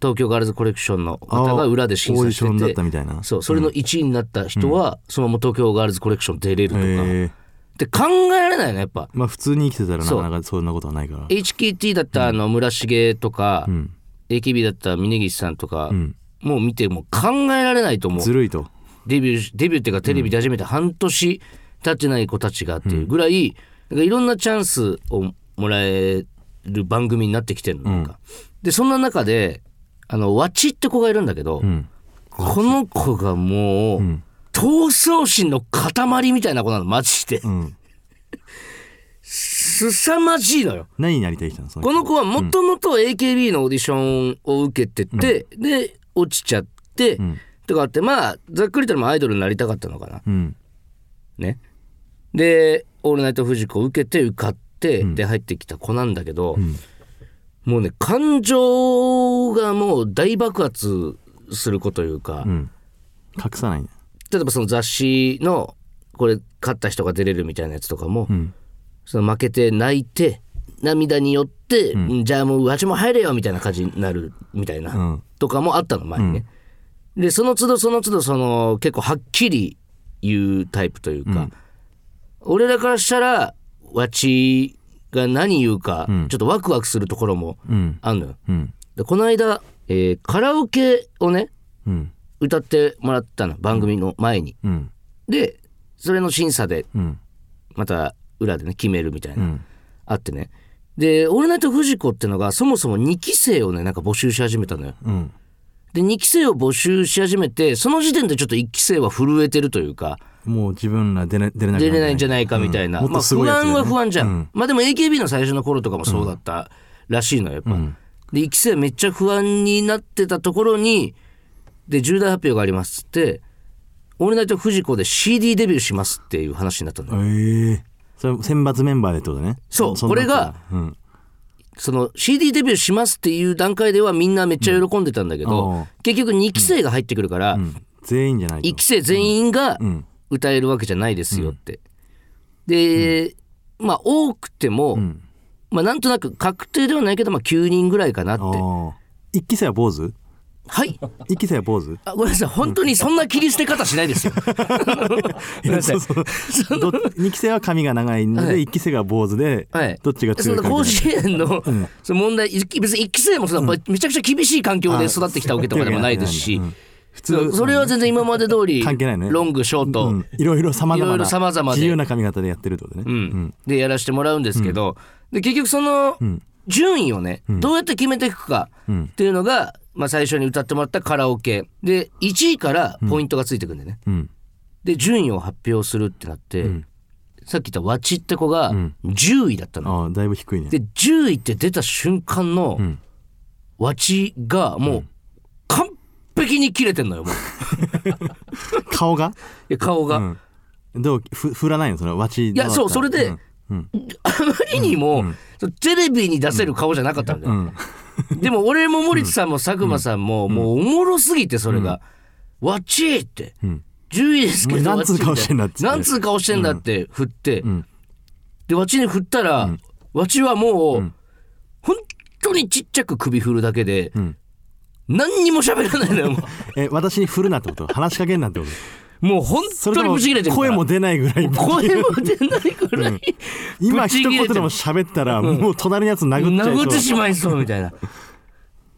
Speaker 2: 東京ガールズコレクションの方が裏で審査して
Speaker 3: あーオーディションだってたみたいな
Speaker 2: そうそれの1位になった人は、そのまま東京ガールズコレクション出れるとか、
Speaker 3: えー
Speaker 2: って考えられないよねやっぱ
Speaker 3: まあ普通に生きてたらな
Speaker 2: そう
Speaker 3: かなかそんなことはないから
Speaker 2: HKT だったあの村重とか、
Speaker 3: ん
Speaker 2: AKB だった峯岸さんとか、
Speaker 3: ん
Speaker 2: もう見ても考えられないと思う
Speaker 3: ずるいと
Speaker 2: デビューしデビューっていうかテレビで始めて半年経ってない子たちがっていうぐらい、なんかいろんなチャンスをもらえる番組になってきてるのなんか、でそんな中であのわちって子がいるんだけど、
Speaker 3: ん
Speaker 2: この子がもう、闘争心の塊みたいな子なのマジで、
Speaker 3: ん
Speaker 2: すさまじいのよ
Speaker 3: 何になりたい人なのその
Speaker 2: こ
Speaker 3: 人
Speaker 2: の子はもともと AKB のオーディションを受けてて、で落ちちゃって、とかあってまあざっくりとでもアイドルになりたかったのかな
Speaker 3: うん
Speaker 2: ね。で「オールナイトフジコ」受けて受かって、で入ってきた子なんだけど、もうね感情がもう大爆発する子というか、
Speaker 3: うん隠さないね
Speaker 2: 例えばその雑誌のこれ勝った人が出れるみたいなやつとかも、
Speaker 3: ん
Speaker 2: その負けて泣いて涙によって、うんじゃあもうわしも入れよみたいな感じになるみたいな、
Speaker 3: うん
Speaker 2: とかもあったの前にね。でその都度その都度その結構はっきり言うタイプというか、俺らからしたらわちが何言うか、ちょっとワクワクするところも
Speaker 3: うん
Speaker 2: あんのよ。
Speaker 3: うん
Speaker 2: でこの間、えーカラオケをね
Speaker 3: うん
Speaker 2: 歌ってもらったの番組の前に。
Speaker 3: うん
Speaker 2: でそれの審査で
Speaker 3: うん
Speaker 2: また裏でね決めるみたいな、
Speaker 3: ん
Speaker 2: あってねで「オールナイトフジコ」ってのがそもそも2期生をねなんか募集し始めたのよ
Speaker 3: うん
Speaker 2: で2期生を募集し始めてその時点でちょっと1期生は震えてるというか
Speaker 3: もう自分ら出れ出れなく
Speaker 2: 出れないんじゃないかみたいな、
Speaker 3: うんもっ
Speaker 2: まあ
Speaker 3: とすご
Speaker 2: 不
Speaker 3: いやつだよ
Speaker 2: 安
Speaker 3: ね
Speaker 2: は不安じゃん、
Speaker 3: うん
Speaker 2: まあでも AKB の最初の頃とかもそうだったらしいのよやっぱ、で1期生めっちゃ不安になってたところにで重大発表がありますっつって「オールナイトフジコ」で CD デビューしますっていう話になったのよ
Speaker 3: ええそれ選抜メンバーでってことね
Speaker 2: そう
Speaker 3: な
Speaker 2: 俺が
Speaker 3: ことだうん
Speaker 2: その CD デビューしますっていう段階ではみんなめっちゃ喜んでたんだけど、
Speaker 3: うんああ
Speaker 2: 結局2期生が入ってくるから、
Speaker 3: 全員じゃないと
Speaker 2: 1期生全員が
Speaker 3: ん
Speaker 2: 歌えるわけじゃないですよって。で、まあ多くても、まあなんとなく確定ではないけど、まあ9人ぐらいかなって。
Speaker 3: ああ一期生は坊主
Speaker 2: はい
Speaker 3: 息せ坊主
Speaker 2: あごめんなさい本当にそんな切り捨て方しない ですよごめんなさい
Speaker 3: そうそうど二期生は髪が長いの
Speaker 2: は
Speaker 3: で
Speaker 2: い
Speaker 3: 一期生が坊主で
Speaker 2: はい
Speaker 3: どっちが
Speaker 2: そ
Speaker 3: 強い
Speaker 2: の
Speaker 3: かみたいな
Speaker 2: 甲子園の
Speaker 3: ん
Speaker 2: その問題い別に1期生もそんなめちゃくちゃ厳しい環境で育ってきたわけとかでもないですし
Speaker 3: うん普
Speaker 2: そ
Speaker 3: 通
Speaker 2: それは全然今まで通り
Speaker 3: 関係ないね
Speaker 2: ロングショート、
Speaker 3: うんいろいろ様々
Speaker 2: いろいろ様々
Speaker 3: な
Speaker 2: で
Speaker 3: 自由な髪型でやってるってことね
Speaker 2: うんでやらせてもらうんですけど、で結局その
Speaker 3: ん
Speaker 2: 順位をね、どうやって決めていくか
Speaker 3: うん
Speaker 2: っていうのが、まあ、最初に歌ってもらったカラオケで1位からポイントがついてくんでね、
Speaker 3: うん
Speaker 2: で順位を発表するってなって、さっき言ったわちって子が
Speaker 3: ん
Speaker 2: 10位だったの、
Speaker 3: ああだいぶ低いね
Speaker 2: で10位って出た瞬間の
Speaker 3: ん
Speaker 2: わちがもう完璧に切れてんのよもうい
Speaker 3: 顔が
Speaker 2: や顔が、
Speaker 3: うんどうふ振らないのそのわち
Speaker 2: いやそうそれで
Speaker 3: うんうん
Speaker 2: あまりにも、そうテレビに出せる顔じゃなかったんだよ、
Speaker 3: うん
Speaker 2: でも俺も森田さんも佐久間さんも、もうおもろすぎてそれが「わっちー!」って
Speaker 3: うん
Speaker 2: 「10位ですけど
Speaker 3: もう
Speaker 2: わっちー
Speaker 3: 何つう顔してんだっつって
Speaker 2: 何つう顔してんだって振って、
Speaker 3: ん
Speaker 2: でわっちに振ったら、わっちはもう、本当にちっちゃく首振るだけで、
Speaker 3: ん
Speaker 2: 何にも喋らないのよも
Speaker 3: え私に振るなってこと話しかけんなってこと
Speaker 2: うもう本
Speaker 3: そ
Speaker 2: 当に
Speaker 3: れとも
Speaker 2: ぶち切れてるから
Speaker 3: 声も出ないぐらい
Speaker 2: 声も出ないくらい、
Speaker 3: 今
Speaker 2: ぶち切
Speaker 3: 一
Speaker 2: れてる
Speaker 3: 言でも喋ったらもう隣のやつ殴っちゃいそう
Speaker 2: 殴ってしまいそうみたいな。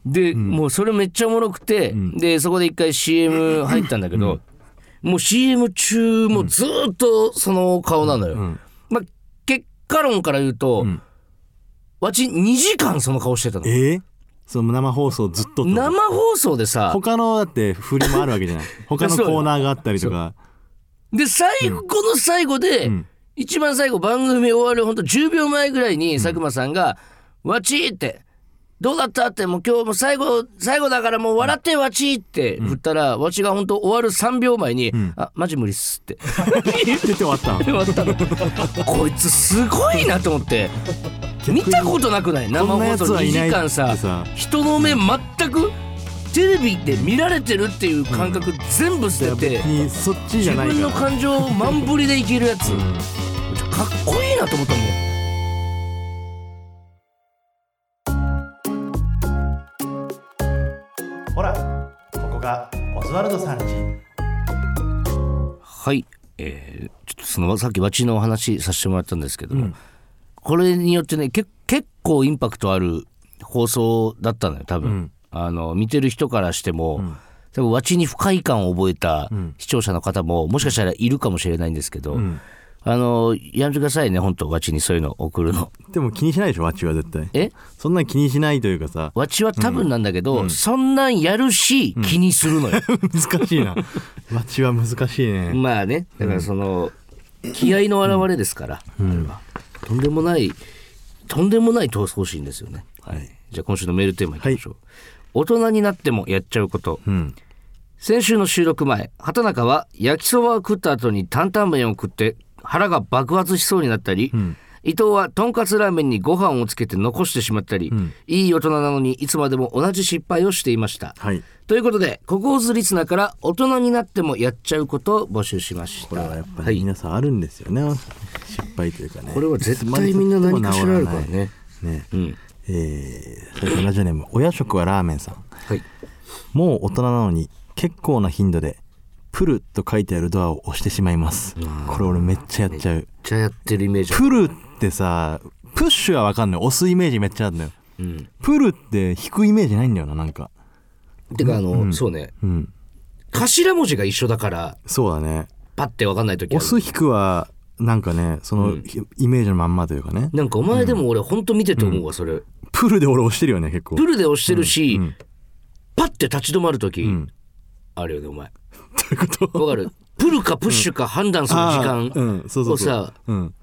Speaker 2: で、もうそれめっちゃおもろくて、でそこで一回 CM 入ったんだけど、もう CM 中もずーっとその顔なのよ。まあ、結果論から言うと、
Speaker 3: ん
Speaker 2: わち2時間その顔してたの。
Speaker 3: えーその生放送ずっとってこと
Speaker 2: 生放送でさ
Speaker 3: 他のだって振りもあるわけじゃない他の
Speaker 2: そうよ
Speaker 3: コーナーがあったりとか
Speaker 2: で最後の最後で、
Speaker 3: ん
Speaker 2: 一番最後番組終わるほんと10秒前ぐらいに佐久間さんが「わちー」って「どうだった?」ってもう今日も最後最後だからもう笑ってわちーって振ったら、わちが本当終わる3秒前に「あマジ無理っす」って言って
Speaker 3: 出て終わったの
Speaker 2: 終わった のこいつすごいなと思って見たことなくない生
Speaker 3: こんな
Speaker 2: 放
Speaker 3: やつ
Speaker 2: 送
Speaker 3: は
Speaker 2: 2
Speaker 3: いない
Speaker 2: 時間
Speaker 3: っ
Speaker 2: さ
Speaker 3: てさ
Speaker 2: 人の目全くテレビで見られてるっていう感覚全部捨てて。
Speaker 3: にそっちじゃない
Speaker 2: 自分の
Speaker 3: から
Speaker 2: 感情を満振りでいけるやつ、
Speaker 3: ん
Speaker 2: かっこいいなと思ったもん
Speaker 5: ほらここがオズワルドさん家
Speaker 2: はい、えーちょっとそのさっきわちのお話させてもらったんですけども、
Speaker 3: うん
Speaker 2: これによってねけ結構インパクトある放送だったのよ多分、
Speaker 3: うん
Speaker 2: あの見てる人からしても、
Speaker 3: ん
Speaker 2: 多分わちに不快感を覚えた
Speaker 3: ん
Speaker 2: 視聴者の方ももしかしたらいるかもしれないんですけど、
Speaker 3: うん
Speaker 2: あのやめてくださいね本当わちにそういうの送るの。
Speaker 3: でも気にしないでしょわちは絶対
Speaker 2: え
Speaker 3: そんなん気にしないというかさ
Speaker 2: わちは多分なんだけど、そんなんやるし気にする のよ。
Speaker 3: 難しいな わちは難しいね
Speaker 2: まあねだからその、気合の表れですから、あれはとんでもないとんでもない闘争心ですよね、
Speaker 3: はい
Speaker 2: じゃあ今週のメールテーマいきましょう、大人になってもやっちゃうこと
Speaker 3: うん
Speaker 2: 先週の収録前畑中は焼きそばを食った後に担々麺を食って腹が爆発しそうになったり、伊藤はとんかつラーメンにご飯をつけて残してしまったり、いい大人なのにいつまでも同じ失敗をしていました、
Speaker 3: はい
Speaker 2: ということで、ここをずリスナーから大人になってもやっちゃうことを募集しました。
Speaker 3: これはやっぱ
Speaker 2: は
Speaker 3: り
Speaker 2: い、
Speaker 3: 皆さんあるんですよね失敗というかね
Speaker 2: これは絶対みんな何かしらあるからね。
Speaker 3: ね
Speaker 2: うん。
Speaker 3: えーそれからラジオネーム親食はラーメンさん
Speaker 2: はい。
Speaker 3: もう大人なのに結構な頻度で「プル」と書いてあるドアを押してしまいますこれ俺めっちゃやっちゃう
Speaker 2: じゃあやってるイメージある。
Speaker 3: プルってさプッシュはわかんない押すイメージめっちゃあるのよ
Speaker 2: うん。
Speaker 3: プルって引くイメージないんだよななんか
Speaker 2: てか、あの、そうね。
Speaker 3: うん
Speaker 2: 頭文字が一緒だから、
Speaker 3: そうだね
Speaker 2: パッてわかんないときあ
Speaker 3: 押
Speaker 2: る。
Speaker 3: す引くはなんかねそのイメージのまんまというかね
Speaker 2: なんかお前でも俺ほんと見てて思うわ、それ。
Speaker 3: プルで俺押してるよね結構
Speaker 2: プルで押してるし
Speaker 3: ん、
Speaker 2: パッて立ち止まるとき
Speaker 3: ん、
Speaker 2: あるよね、お前。
Speaker 3: ということ
Speaker 2: わかるプルかプッシュか判断する時
Speaker 3: あー
Speaker 2: 間
Speaker 3: うんそうそうそ
Speaker 2: をさ
Speaker 3: ううん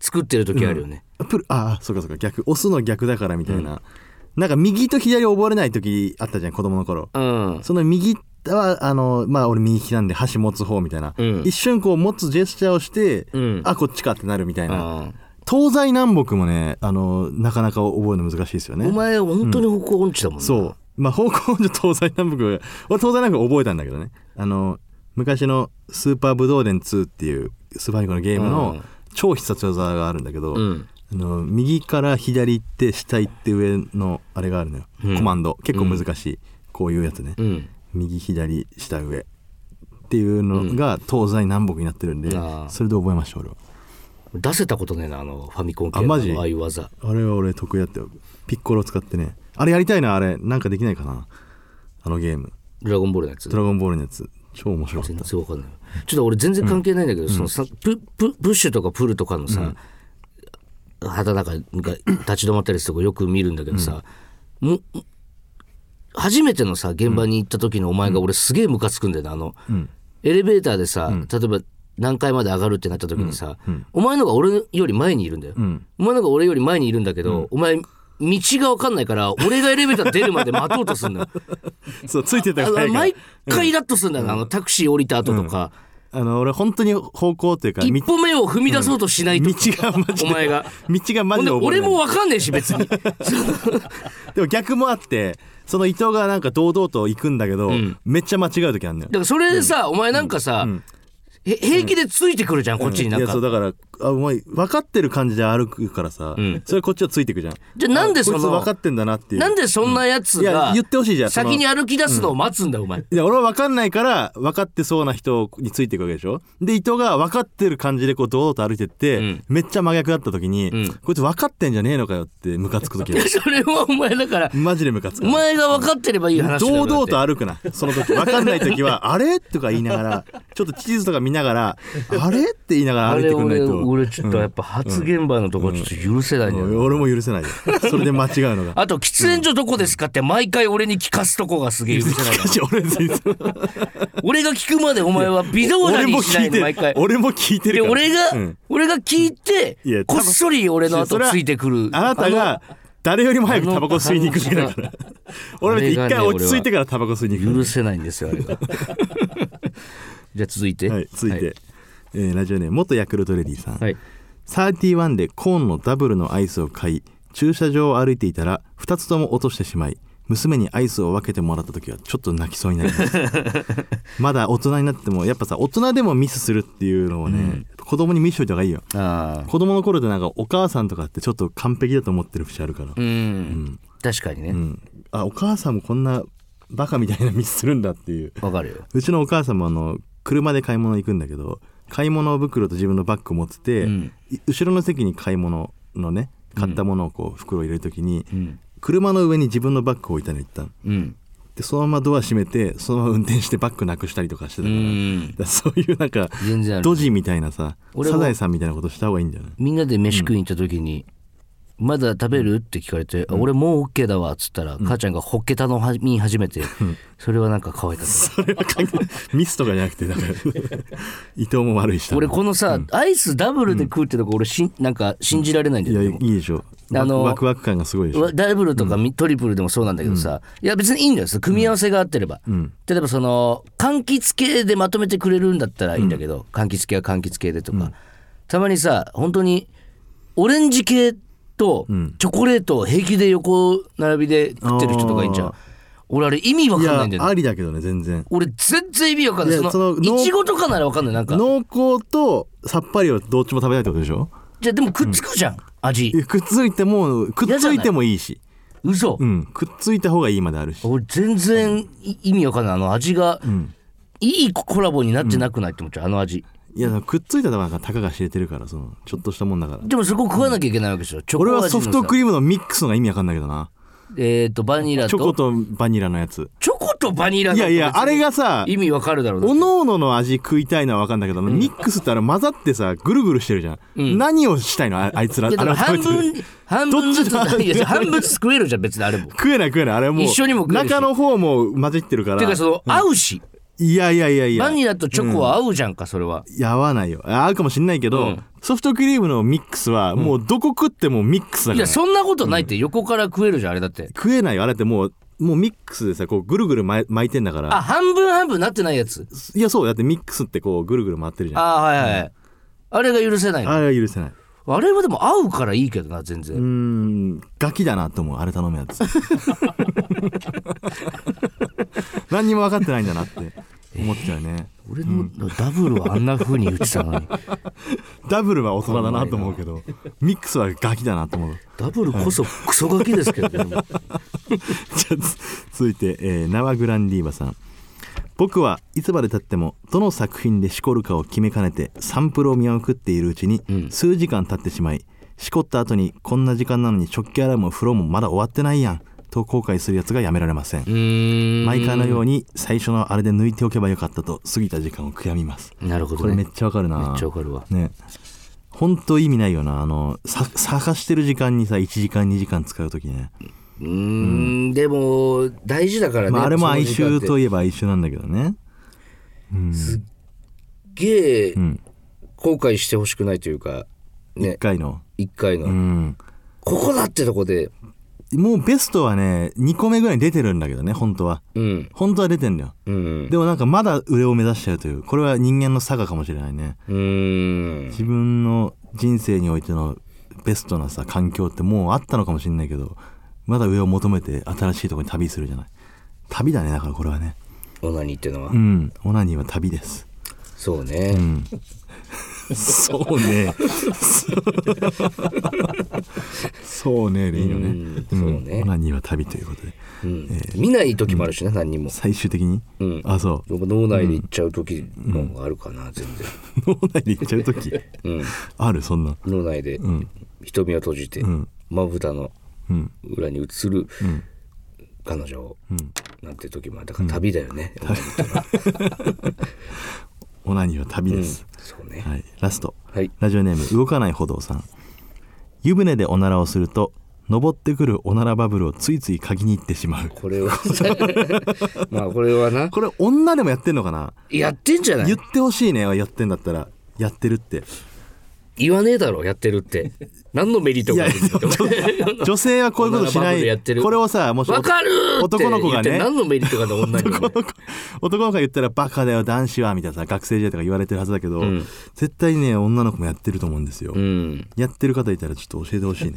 Speaker 2: 作ってるときあるよね。
Speaker 3: プルああそうかそうか逆押すの逆だからみたいな、なんか右と左覚えれない時あったじゃん子供の頃、
Speaker 2: うん。
Speaker 3: その右はあのまあ俺右利きなんで箸持つ方みたいな、
Speaker 2: うん
Speaker 3: 一瞬こう持つジェスチャーをして、
Speaker 2: うん
Speaker 3: あこっちかってなるみたいな
Speaker 2: あー
Speaker 3: 東西南北もねあのなかなか覚えるの難しいですよね
Speaker 2: お前本当に方向音痴だもんな
Speaker 3: そうまあ方向音痴東西南北俺東西南北覚えたんだけどねあの昔の「スーパーブドウデン2」っていうスーパーニコのゲーム
Speaker 2: う
Speaker 3: の
Speaker 2: ん
Speaker 3: 超必殺技があるんだけど、
Speaker 2: うん
Speaker 3: あの右から左行って下行って上のあれがあるのよ、
Speaker 2: うん
Speaker 3: コマンド結構難しい、こういうやつね、
Speaker 2: うん
Speaker 3: 右左下上っていうのが東西南北になってるんで、
Speaker 2: あー
Speaker 3: それで覚えました俺は
Speaker 2: 出せたことねえなあのファミコン系
Speaker 3: あマジ
Speaker 2: のああいう技
Speaker 3: あれは俺得意だったよピッコロ使ってねあれやりたいなあれなんかできないかなあのゲーム
Speaker 2: ドラゴンボールのやつ
Speaker 3: 「ドラゴンボール」のやつ超面白かっ
Speaker 2: 全
Speaker 3: た
Speaker 2: 然わかんないちょっと俺全然関係ないんだけど、そのさプププッシュとかプルとかのさ、畑中が立ち止まったりするとこよく見るんだけどさ、も初めてのさ現場に行った時のお前が俺すげえムカつくんだよなあの、エレベーターでさ、例えば何階まで上がるってなった時にさ、お前のが俺より前にいるんだよ、お前のが俺より前にいるんだけど、お前道が分かんないから俺がエレベーター出るまで待とうとす んだよ
Speaker 3: そうついてた
Speaker 2: あ
Speaker 3: ら
Speaker 2: の
Speaker 3: 早いから
Speaker 2: 毎回イラッとするんだよな、あのタクシー降りた後とか、
Speaker 3: あの俺本当に方向っていうかみ
Speaker 2: 一歩目を踏み出そうとしないと、
Speaker 3: 道がマジ
Speaker 2: お前
Speaker 3: で
Speaker 2: が
Speaker 3: 道がマ
Speaker 2: ほ
Speaker 3: ジ
Speaker 2: ん
Speaker 3: で
Speaker 2: で
Speaker 3: 覚
Speaker 2: 俺
Speaker 3: えられない
Speaker 2: もわかんねえし別に
Speaker 3: でも逆もあってその伊藤がなんか堂々と行くんだけど、めっちゃ間違う時あるのよ
Speaker 2: だからそれでさ、お前なんかさ、へ平気でついてくるじゃん、こっちになん
Speaker 3: いや
Speaker 2: か、
Speaker 3: そうだからあお前分かってる感じで歩くからさ、
Speaker 2: ん
Speaker 3: それこっちはついてくじゃん
Speaker 2: じゃあなんでその
Speaker 3: あこいつ分かってんだなっていう
Speaker 2: なんでそんなやつ
Speaker 3: い
Speaker 2: が
Speaker 3: や言ってほしいじゃんその
Speaker 2: 先に歩き出すのを待つんだよお前、
Speaker 3: いや俺は分かんないから分かってそうな人についていくわけでしょで伊藤が分かってる感じでこう堂々と歩いてって、
Speaker 2: ん
Speaker 3: めっちゃ真逆だった時に、
Speaker 2: ん
Speaker 3: こいつ分かってんじゃねえのかよってムカつく時あ る
Speaker 2: それはお前だから
Speaker 3: マジでムカつく
Speaker 2: お前が分かってればいい話だよ
Speaker 3: 堂々と
Speaker 2: だって
Speaker 3: 歩くなその時分かんない 時は「あれ?」とか言いながらちょっと地図とか見ながら「あれ?」って言いながら
Speaker 2: あ
Speaker 3: 歩いて
Speaker 2: れ
Speaker 3: くんない
Speaker 2: 俺
Speaker 3: と
Speaker 2: 俺ちょっとやっぱ初現場のところちょっと許せないんだよ、
Speaker 3: うん俺も許せないよそれで間違うのが
Speaker 2: あと喫煙所どこですかって毎回俺に聞かすとこがすげえ許せない
Speaker 3: しかし俺全然
Speaker 2: 俺が聞くまでお前は微動だ
Speaker 3: 俺
Speaker 2: に
Speaker 3: も
Speaker 2: しな
Speaker 3: 聞
Speaker 2: い
Speaker 3: い
Speaker 2: の毎
Speaker 3: て
Speaker 2: 回
Speaker 3: る俺も聞いて
Speaker 2: で
Speaker 3: るから
Speaker 2: 俺が、
Speaker 3: うん
Speaker 2: 俺が聞いて
Speaker 3: いや多
Speaker 2: こっ
Speaker 3: 分
Speaker 2: そり俺の後ついてくる
Speaker 3: あなたが誰よりも早くタバコ吸いに行くだけだから 俺だって
Speaker 2: あれ
Speaker 3: 一
Speaker 2: が
Speaker 3: 回
Speaker 2: ね
Speaker 3: 落ち着いてからタバコ吸いに行く
Speaker 2: 許せないんですよあれが じゃあ続いて
Speaker 3: はい続いて、
Speaker 2: は
Speaker 3: えーラジオネーム元ヤクルトレディさん、
Speaker 2: はい
Speaker 3: 31でコーンのダブルのアイスを買い駐車場を歩いていたら2つとも落としてしまい娘にアイスを分けてもらった時はちょっと泣きそうになり ましたまだ大人になってもやっぱさ大人でもミスするっていうのをね、子供に見しといた方がいいよ
Speaker 2: ああ
Speaker 3: 子供の頃ってなんかお母さんとかってちょっと完璧だと思ってる節あるから、
Speaker 2: うん、確かにね
Speaker 3: うんあお母さんもこんなバカみたいなミスするんだっていう
Speaker 2: わ、かるよ
Speaker 3: うちのお母さんもあの車で買い物行くんだけど買い物袋と自分のバッグ持ってて、
Speaker 2: ん
Speaker 3: い後ろの席に買い物のね買ったものをこう袋を入れる時に、
Speaker 2: ん
Speaker 3: 車の上に自分のバッグを置いたの一旦
Speaker 2: うん
Speaker 3: でそのままドア閉めてそのまま運転してバッグなくしたりとかしてた
Speaker 2: う
Speaker 3: から,、
Speaker 2: ん
Speaker 3: そういうなんか
Speaker 2: 全然ある
Speaker 3: ドジみたいなさ
Speaker 2: 俺も
Speaker 3: サザエさんみたいなことした方がいいん だよね
Speaker 2: みんなで飯食いに行った時に、まだ食べるって聞かれて、あ俺もう OK だわっつったら、母ちゃんがホッケ頼み始めて、それはなんか可愛かった
Speaker 3: それは関係ないミスとかじゃなく てだから伊藤も悪いした
Speaker 2: 俺このさ、アイスダブルで食うってとこ俺しんなんか信じられないんだ
Speaker 3: いや
Speaker 2: よ、
Speaker 3: い
Speaker 2: で
Speaker 3: い
Speaker 2: も
Speaker 3: でしょ
Speaker 2: あの
Speaker 3: ワクワク感がすごいでしょ
Speaker 2: わダブルとかみトリプルでもそうなんだけどさ、いや別にいいんだよその組み合わせが合ってれば、例えばその柑橘系でまとめてくれるんだったらいいんだけど、柑橘系は柑橘系でとか、たまにさ本当にオレンジ系とチョコレートを平気で横並びで食ってる人とかいんじゃ
Speaker 3: あ
Speaker 2: ん
Speaker 3: ー
Speaker 2: 俺あれ意味わかん
Speaker 3: い
Speaker 2: ないんだ
Speaker 3: や
Speaker 2: よね
Speaker 3: ありだけどね全然
Speaker 2: 俺全然意味わかんない
Speaker 3: い
Speaker 2: そ
Speaker 3: や
Speaker 2: の
Speaker 3: その
Speaker 2: いちごとかならわかんないなんか
Speaker 3: 濃厚とさっぱりをどっちも食べたいってことでしょ
Speaker 2: じゃあでもくっつくじゃん、味
Speaker 3: いやくっついてもくっついてもいいし
Speaker 2: 嘘、
Speaker 3: うんくっついた方がいいまであるし
Speaker 2: 俺全然い意味わかんないあの味が、いいコラボになってなくないって思っちゃうあの味
Speaker 3: いやくっついたらなんかたかが知れてるからそのちょっとしたもんだから
Speaker 2: でもそこ食わなきゃいけないわけでしょ、チョコ
Speaker 3: 俺
Speaker 2: 味の
Speaker 3: はソフトク
Speaker 2: リ
Speaker 3: リームのミックスのが意味わかんないけどな
Speaker 2: えっ、とバニラと
Speaker 3: チョコとバニラのやつ
Speaker 2: チョコとバニラ
Speaker 3: いやいやあれ
Speaker 2: が
Speaker 3: がさ
Speaker 2: 意味わかるだろう
Speaker 3: お
Speaker 2: な
Speaker 3: のおのの味食いたいのはわかんないけど、ミックスってあれ混ざってさぐるぐるしてるじゃん、何をしたいのああいつらあ
Speaker 2: いやで
Speaker 3: れ
Speaker 2: も
Speaker 3: は
Speaker 2: 半
Speaker 3: 食べて
Speaker 2: 分
Speaker 3: る
Speaker 2: 半分ずつ
Speaker 3: どっちだ
Speaker 2: いや半分ずつ食えるじゃん別にあれも
Speaker 3: 食えない食えないあれはもう
Speaker 2: 一緒にも食えるし
Speaker 3: 中の方も混じってるから
Speaker 2: てかその合うし、
Speaker 3: いやいやいやいや
Speaker 2: バニラとチョコは合うじゃんかそれは、
Speaker 3: いや合わないよあ合うかもしんないけど、
Speaker 2: うん
Speaker 3: ソフトクリームのミックスはもうどこ食ってもミックスだ
Speaker 2: い
Speaker 3: から、
Speaker 2: やそんなことないって横から食えるじゃんあれだって
Speaker 3: 食えないよあれってもうもうミックスでさこうぐるぐる巻い巻いてんだか
Speaker 2: あ
Speaker 3: ら
Speaker 2: 半分半分なってないやつ
Speaker 3: いやそうだってミックスってこうぐるぐる回ってるじゃんあ
Speaker 2: あはいはい、はいあれが許せないの
Speaker 3: れは許せない
Speaker 2: あれはでも合うからいいけどな全
Speaker 3: うー
Speaker 2: 然
Speaker 3: んガキだなと思うあれ頼む やつ何にも分かってないんだなって思っちゃうね
Speaker 2: 俺のダブルはあんな風に言ってた のに、
Speaker 3: ダブルは大人だなと思うけどミックスはガキだなと思う
Speaker 2: ダブルこそクソガキですけどね。
Speaker 3: じゃあつ続いて、えー、縄グランディーバさん僕はいつまでたってもどの作品でしこるかを決めかねてサンプルを見送っているうちに、
Speaker 2: うん
Speaker 3: 数時間経ってしまいしこった後にこんな時間なのに食器洗いも風呂もまだ終わってないやんと後悔するやつがやめられません毎
Speaker 2: 毎
Speaker 3: 回のように最初のあれで抜いておけばよかったと過ぎた時間を悔やみます
Speaker 2: なるほ
Speaker 3: こ
Speaker 2: ど
Speaker 3: れ
Speaker 2: ね。
Speaker 3: めっちゃわかるな
Speaker 2: めっちゃわかるわ。
Speaker 3: ね本当意味ないよなあのさ探してる時間にさ1時間2時間使う時ね、
Speaker 2: うーん、でも大事だからね。
Speaker 3: まあ、あれも
Speaker 2: その
Speaker 3: 哀
Speaker 2: 時間
Speaker 3: 愁
Speaker 2: って
Speaker 3: といえば哀愁なんだけどね
Speaker 2: ゲー
Speaker 3: うん
Speaker 2: 後悔してほしくないというか、ね
Speaker 3: 1、回の
Speaker 2: 一回の、
Speaker 3: うん
Speaker 2: ここだってとこで、
Speaker 3: もうベストはね2個目ぐらいに出てるんだけどね本当は
Speaker 2: うん、
Speaker 3: 本当は出てんだよ
Speaker 2: うん、
Speaker 3: でもなんかまだ上を目指しちゃうというこれは人間の差がかもしれないね
Speaker 2: うーん、
Speaker 3: 自分の人生においてのベストなさ環境ってもうあったのかもしれないけどまだ上を求めて新しいとこに旅するじゃない旅だねだからこれはね
Speaker 2: オナニーってのは、
Speaker 3: うんオナニーは旅です
Speaker 2: そうね、
Speaker 3: そうね。そうね、でいいよね。
Speaker 2: うんそうね
Speaker 3: オナニーは旅ということで。
Speaker 2: うん見ない時もあるしね、何にも。
Speaker 3: 最終的に、
Speaker 2: うん
Speaker 3: あ、そう。
Speaker 2: やっぱ脳内で行っちゃう時もあるかな、全然。
Speaker 3: 脳内で行っちゃうとき、
Speaker 2: うん、
Speaker 3: ある、そんな。
Speaker 2: 脳内で
Speaker 3: ん
Speaker 2: 瞳を閉じて
Speaker 3: ん、
Speaker 2: まぶたの
Speaker 3: うん。
Speaker 2: 裏に映る彼女を、なんて時もあるだから旅だよね、オナニーってのは
Speaker 3: オナニーは旅
Speaker 2: うん
Speaker 3: です。
Speaker 2: そうね。
Speaker 3: はい。ラスト。
Speaker 2: はい。
Speaker 3: ラジオネーム、動かない歩道さん。湯船でおならをすると、登ってくるおならバブルをついつい嗅ぎに行ってしまう。
Speaker 2: これは まあこれはな
Speaker 3: これ、女でもやってんのかな
Speaker 2: やってんじゃな
Speaker 3: 言
Speaker 2: い
Speaker 3: ってほしいね、やってんだったら。やってるって。
Speaker 2: 言わねえだろやってるって何のメリット
Speaker 3: い
Speaker 2: があ
Speaker 3: や
Speaker 2: るんだって
Speaker 3: 女性はこういうことし
Speaker 2: 女がバ
Speaker 3: な
Speaker 2: ブルや
Speaker 3: い
Speaker 2: ってる
Speaker 3: これをさもし
Speaker 2: わかるーって
Speaker 3: 男の子が
Speaker 2: 言
Speaker 3: ね
Speaker 2: って何のメリットがあるんだ女にはね
Speaker 3: 男の子が言ったら「バカだよ男子は」みたいなさ学生時代とか言われてるはずだけど、
Speaker 2: ん
Speaker 3: 絶対ね女の子もやってると思うんですよ、
Speaker 2: うん
Speaker 3: やってる方いたらちょっと教えてほしい ね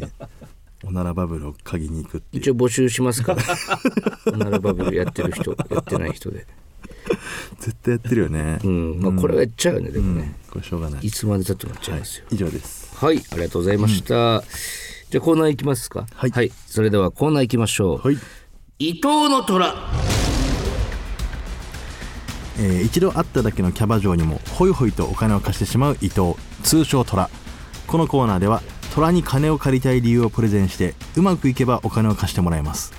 Speaker 3: おならバブルを嗅ぎに行くってい
Speaker 2: 一
Speaker 3: う
Speaker 2: 応募集しますからオナラバブルやってる人やってない人で
Speaker 3: 絶対やってるよね、
Speaker 2: う
Speaker 3: うん
Speaker 2: んまあこれはやっちゃうよねでもね
Speaker 3: これしょうがない
Speaker 2: いつまでたってもやっちゃいますよ
Speaker 3: 以上です
Speaker 2: はいありがとうございましたじゃあコーナーいきますか
Speaker 3: はい
Speaker 2: それではコーナーいきましょう
Speaker 3: はい、
Speaker 2: 伊藤の虎
Speaker 3: えー一度会っただけのキャバ嬢にもホイホイとお金を貸してしまう伊藤通称虎このコーナーでは虎に金を借りたい理由をプレゼンしてうまくいけばお金を貸してもらいます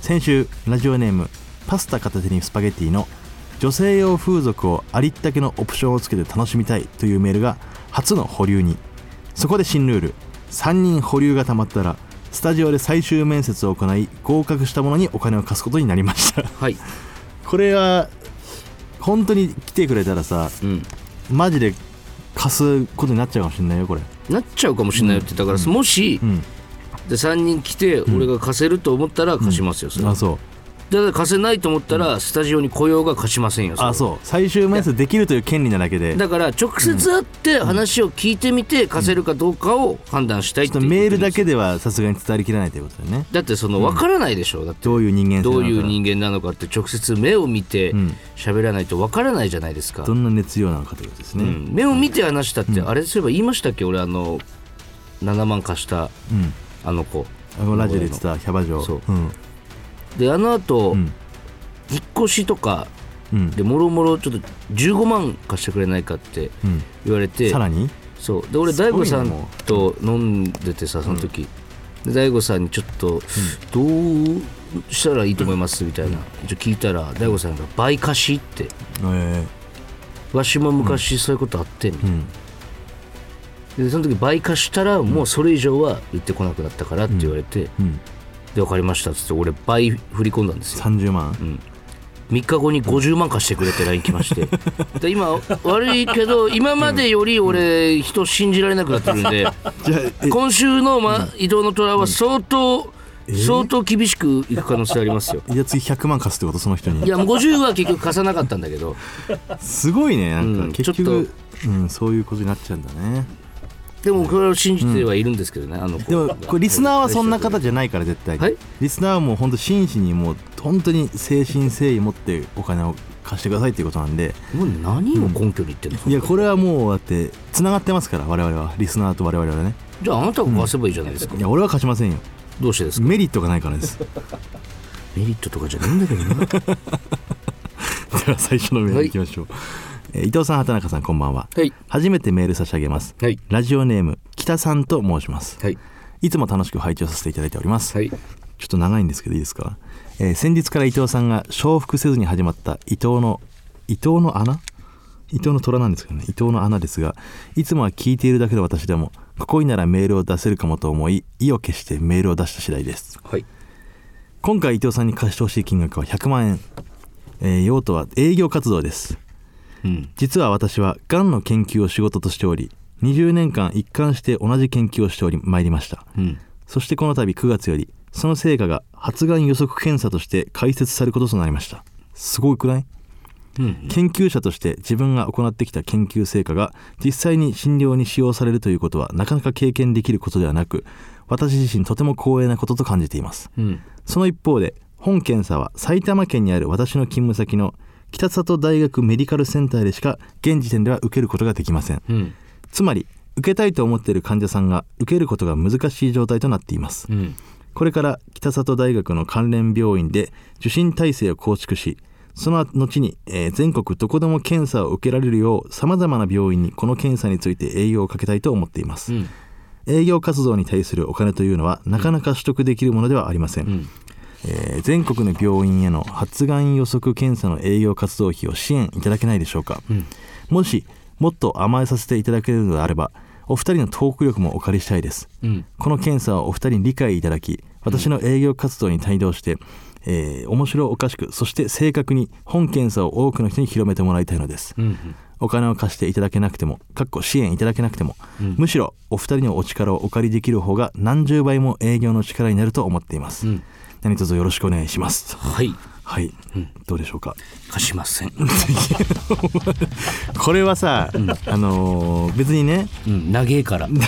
Speaker 3: 先週ラジオネームパスタ片手にスパゲッティの女性用風俗をありったけのオプションをつけて楽しみたいというメールが初の保留にそこで新ルール3人保留がたまったらスタジオで最終面接を行い合格した者にお金を貸すことになりました
Speaker 2: はい
Speaker 3: これは本当に来てくれたらさ
Speaker 2: うん
Speaker 3: マジで貸すことになっちゃうかもしれないよこれ
Speaker 2: なっちゃうかもしれないよってだからもし
Speaker 3: うん
Speaker 2: で3人来て俺が貸せると思ったら貸しますよそれは
Speaker 3: あそう
Speaker 2: だから貸せないと思ったらスタジオに雇用が貸しませんよ
Speaker 3: あ
Speaker 2: う
Speaker 3: そう最終面接できるという権利なだけでちょ
Speaker 2: だから直接会って話を聞いてみて貸せるかどうかを判断したいっ
Speaker 3: ってと
Speaker 2: いう
Speaker 3: メールだけではさすがに伝わりきらないということだよね
Speaker 2: だってその分からないでしょだって
Speaker 3: どういう人間性なの
Speaker 2: ど
Speaker 3: か
Speaker 2: ういう人間なのかって直接目を見て
Speaker 3: ん
Speaker 2: 喋らないと分からないじゃないですか、
Speaker 3: どんな熱量なのかということですね、
Speaker 2: うん目を見て話したってあれそういえば言いましたっけ俺あの7万貸した
Speaker 3: うん
Speaker 2: あの子
Speaker 3: あのラジオで言ってたキャバ嬢
Speaker 2: そうんであの後、
Speaker 3: うん
Speaker 2: 引っ越しとか
Speaker 3: うん
Speaker 2: でもろもろちょっと15万貸してくれないかって
Speaker 3: うん
Speaker 2: 言われて
Speaker 3: さらに
Speaker 2: そうで俺
Speaker 3: すごい
Speaker 2: 大
Speaker 3: ね
Speaker 2: 悟さんと飲んでてさその時、で大悟さんにちょっと、どうしたらいいと思いますみたいな、一応聞いたら大悟さんが「倍貸し」って
Speaker 3: え
Speaker 2: 「わしも昔そういうことあって」みた
Speaker 3: ーう
Speaker 2: い
Speaker 3: ん
Speaker 2: なでその時倍貸したらもうそれ以上は言ってこなくなったからって言われて「
Speaker 3: うん
Speaker 2: で分かりました」っつって俺倍振り込んだんですよ
Speaker 3: 30万、
Speaker 2: 3日後に50万貸してくれって LINE 来ま してで今悪いけど今までより俺人信じられなくなってるんで
Speaker 3: じゃあ え
Speaker 2: 今週の、ま、移動の虎は相当、相当厳しくいく可能性ありますよ
Speaker 3: じゃあ次100万貸すってことその人
Speaker 2: い
Speaker 3: に
Speaker 2: やもう50は結局貸さなかったんだけど
Speaker 3: すごいねなん
Speaker 2: う
Speaker 3: か
Speaker 2: ん
Speaker 3: 結
Speaker 2: ちょっ
Speaker 3: 局、うん、そういうことになっちゃうんだね
Speaker 2: でもこれを信じてはいるんですけどね、あの子
Speaker 3: でもこれリスナーはそんな方じゃないから絶対、
Speaker 2: はい
Speaker 3: リスナーはもう本当真摯にもう本当に誠心誠意持ってお金を貸してくださいっていうことなんで
Speaker 2: もう何を根拠に言ってんの、
Speaker 3: いやこれはもうだってつながってますから我々はリスナーと我々はね
Speaker 2: じゃああなたが貸せばいいじゃないですか、
Speaker 3: いや俺は貸しませんよ
Speaker 2: どうしてですか
Speaker 3: メリットがないからで すだ
Speaker 2: メリットとかじゃないんだけどな
Speaker 3: から最初のメールいきましょう、えー伊藤さん畑中さんこんばんは
Speaker 2: はい
Speaker 3: 初めてメール差し上げます
Speaker 2: はい
Speaker 3: ラジオネーム北さんと申します
Speaker 2: はい
Speaker 3: いつも楽しく拝聴させていただいております、
Speaker 2: はい
Speaker 3: ちょっと長いんですけどいいですか、えー先日から伊藤さんが承服せずに始まった伊藤の伊藤の穴伊藤の虎なんですけどね伊藤の穴ですがいつもは聞いているだけの私でもここにならメールを出せるかもと思い意を決してメールを出した次第です
Speaker 2: はい
Speaker 3: 今回伊藤さんに貸してほしい金額は100万円、えー用途は営業活動です
Speaker 2: うん
Speaker 3: 実は私はがんの研究を仕事としており20年間一貫して同じ研究をしておりまいりました
Speaker 2: うん
Speaker 3: そしてこの度9月よりその成果が発がん予測検査として開設されることとなりましたすごくない
Speaker 2: うん
Speaker 3: 研究者として自分が行ってきた研究成果が実際に診療に使用されるということはなかなか経験できることではなく私自身とても光栄なことと感じています
Speaker 2: うん
Speaker 3: その一方で本検査は埼玉県にある私の勤務先の北里大学メディカルセンターでしか現時点では受けることができません
Speaker 2: うん
Speaker 3: つまり受けたいと思っている患者さんが受けることが難しい状態となっています
Speaker 2: うん
Speaker 3: これから北里大学の関連病院で受診体制を構築しその後に、えー全国どこでも検査を受けられるようさまざまな病院にこの検査について営業をかけたいと思っています、
Speaker 2: うん
Speaker 3: 営業活動に対するお金というのはなかなか取得できるものではありません、
Speaker 2: うん
Speaker 3: えー全国の病院への発がん予測検査の営業活動費を支援いただけないでしょうか、
Speaker 2: うん
Speaker 3: もしもっと甘えさせていただけるのであればお二人のトーク力もお借りしたいです
Speaker 2: うん
Speaker 3: この検査をお二人に理解いただき私の営業活動に帯同して、えー面白おかしくそして正確に本検査を多くの人に広めてもらいたいのです、
Speaker 2: うん
Speaker 3: お金を貸していただけなくてもかっこ支援いただけなくても、むしろお二人のお力をお借りできる方が何十倍も営業の力になると思っています、
Speaker 2: うん
Speaker 3: 何卒よろしくお願いします
Speaker 2: はい
Speaker 3: はい、どうでしょうか
Speaker 2: 貸しません、
Speaker 3: これはさ、あのー別にね
Speaker 2: うん、長えから、うん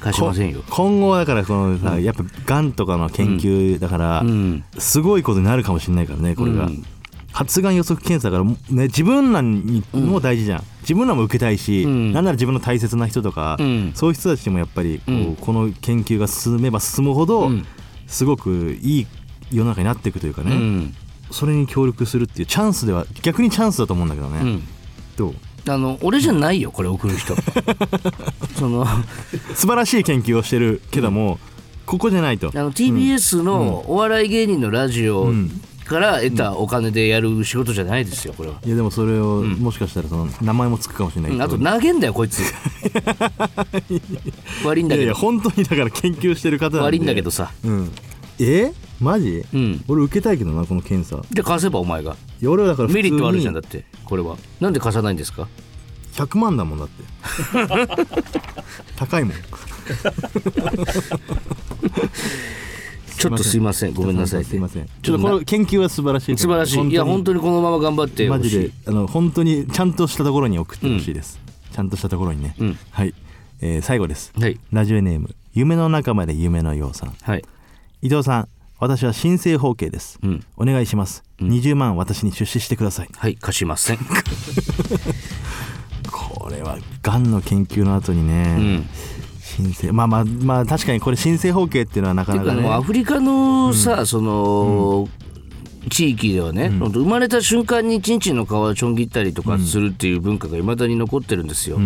Speaker 2: 貸しませんよ
Speaker 3: こ今後はだからこのさ、やっぱがんとかの研究だから、
Speaker 2: うん
Speaker 3: すごいことになるかもしれないからねこれが、
Speaker 2: うん
Speaker 3: 発がん予測検査だから、ね、自分らにも大事じゃん、自分らも受けたいし、
Speaker 2: うん
Speaker 3: なんなら自分の大切な人とか、
Speaker 2: うん
Speaker 3: そういう人たちにもやっぱりこう、
Speaker 2: うん
Speaker 3: この研究が進めば進むほど、
Speaker 2: うん
Speaker 3: すごくいい世の中になっていくというか
Speaker 2: う
Speaker 3: ね、
Speaker 2: ん
Speaker 3: それに協力するっていうチャンスでは逆にチャンスだと思うんだけどね、
Speaker 2: うん
Speaker 3: どう
Speaker 2: あの俺じゃないよこれ送る 人そのあ
Speaker 3: 素晴らしい研究をしてるけども、ここじゃないと。
Speaker 2: の TBS のお笑い芸人のラジオ
Speaker 3: ん
Speaker 2: から得たお金でやる仕事じゃないですよこれは、
Speaker 3: いやでもそれを、もしかしたらその名前もつくかもしれないけ
Speaker 2: うん
Speaker 3: ど
Speaker 2: あと投げんだよこ いつ悪いんだ
Speaker 3: い
Speaker 2: け
Speaker 3: や
Speaker 2: ど
Speaker 3: いや本当にだから研究してる方なんで
Speaker 2: 悪いんだけどさ
Speaker 3: うん、えマジ、
Speaker 2: うん
Speaker 3: 俺受けたいけどなこの検査
Speaker 2: じゃあ貸せばお前が
Speaker 3: いや俺はだから普通
Speaker 2: メ
Speaker 3: に
Speaker 2: リットあるじゃんだってこれはなんで貸さないんですか
Speaker 3: 100万だもんだって 高いもん
Speaker 2: ちょっとすいませんごめんなさい
Speaker 3: すいません
Speaker 2: ち
Speaker 3: ち
Speaker 2: ょ
Speaker 3: ょ
Speaker 2: っと
Speaker 3: っと
Speaker 2: な
Speaker 3: この研究は素晴らしい
Speaker 2: 素晴らしいいや本当
Speaker 3: に
Speaker 2: にこのまま頑張って
Speaker 3: マ
Speaker 2: ほしい
Speaker 3: ジであの本当にちゃんとしたところに送ってほしいです、ちゃんとしたところにね、
Speaker 2: うん
Speaker 3: はい、えー最後です
Speaker 2: はい
Speaker 3: ラジオネーム夢の中まで夢のようさん
Speaker 2: はい
Speaker 3: 伊藤さん私は申請方形です、
Speaker 2: うん
Speaker 3: お願いします、20万私に出資してください
Speaker 2: はい貸しま せん
Speaker 3: これはがんの研究の後にね、
Speaker 2: うん
Speaker 3: 申請まあまあまあ確かにこれ申請方形っていうのはなか
Speaker 2: て
Speaker 3: な
Speaker 2: か
Speaker 3: か
Speaker 2: ねもうア
Speaker 3: ね
Speaker 2: フリカのさ、その、地域ではね、ほんと生まれた瞬間にチンチンの皮をちょん切ったりとかするっていう文化がいまだに残ってるんですよ。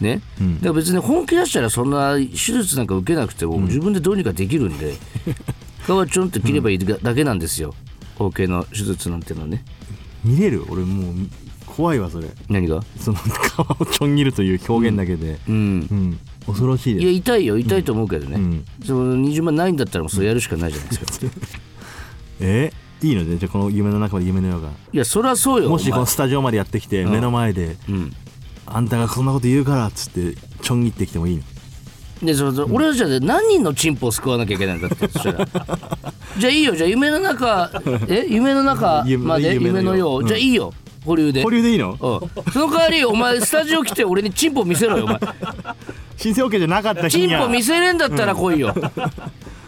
Speaker 2: ね、だから別に本気出したらそんな手術なんか受けなくても自分でどうにかできるん で、皮ちょんって切ればいいだけなんですよ包茎の手術なんてのはね
Speaker 3: 見れる俺もう怖いわそれ
Speaker 2: 何が
Speaker 3: その 皮をちょん切るという表現だけで、
Speaker 2: うん
Speaker 3: うん恐ろしい
Speaker 2: いや
Speaker 3: で
Speaker 2: 痛いよ痛いと思うけどね、
Speaker 3: うん
Speaker 2: その20万ないんだったらもうそれやるしかないじゃないですか、い
Speaker 3: すえいいのねじゃあこの夢の中まで夢のようが
Speaker 2: やそりゃそうよ
Speaker 3: もし
Speaker 2: お
Speaker 3: こ
Speaker 2: 前
Speaker 3: のスタジオまでやってきて目の前で、
Speaker 2: うん
Speaker 3: あんたがそんなこと言うからっつってちょん切ってきてもいいの
Speaker 2: でその俺たちは何人のチンポを救わなきゃいけないんだってそした らじゃあいいよじゃあ夢の中え夢の中
Speaker 3: 夢
Speaker 2: まで夢
Speaker 3: 夢
Speaker 2: の
Speaker 3: の
Speaker 2: よ
Speaker 3: よ
Speaker 2: う
Speaker 3: う
Speaker 2: じゃあいいよ保留で
Speaker 3: 保留でいいの
Speaker 2: うん、その代わりお前スタジオ来て俺にチン ポ見せろよお前
Speaker 3: 申請 OK じゃなかった日
Speaker 2: チ
Speaker 3: に
Speaker 2: ン
Speaker 3: は
Speaker 2: ポ見せれんだったら来いよ、うん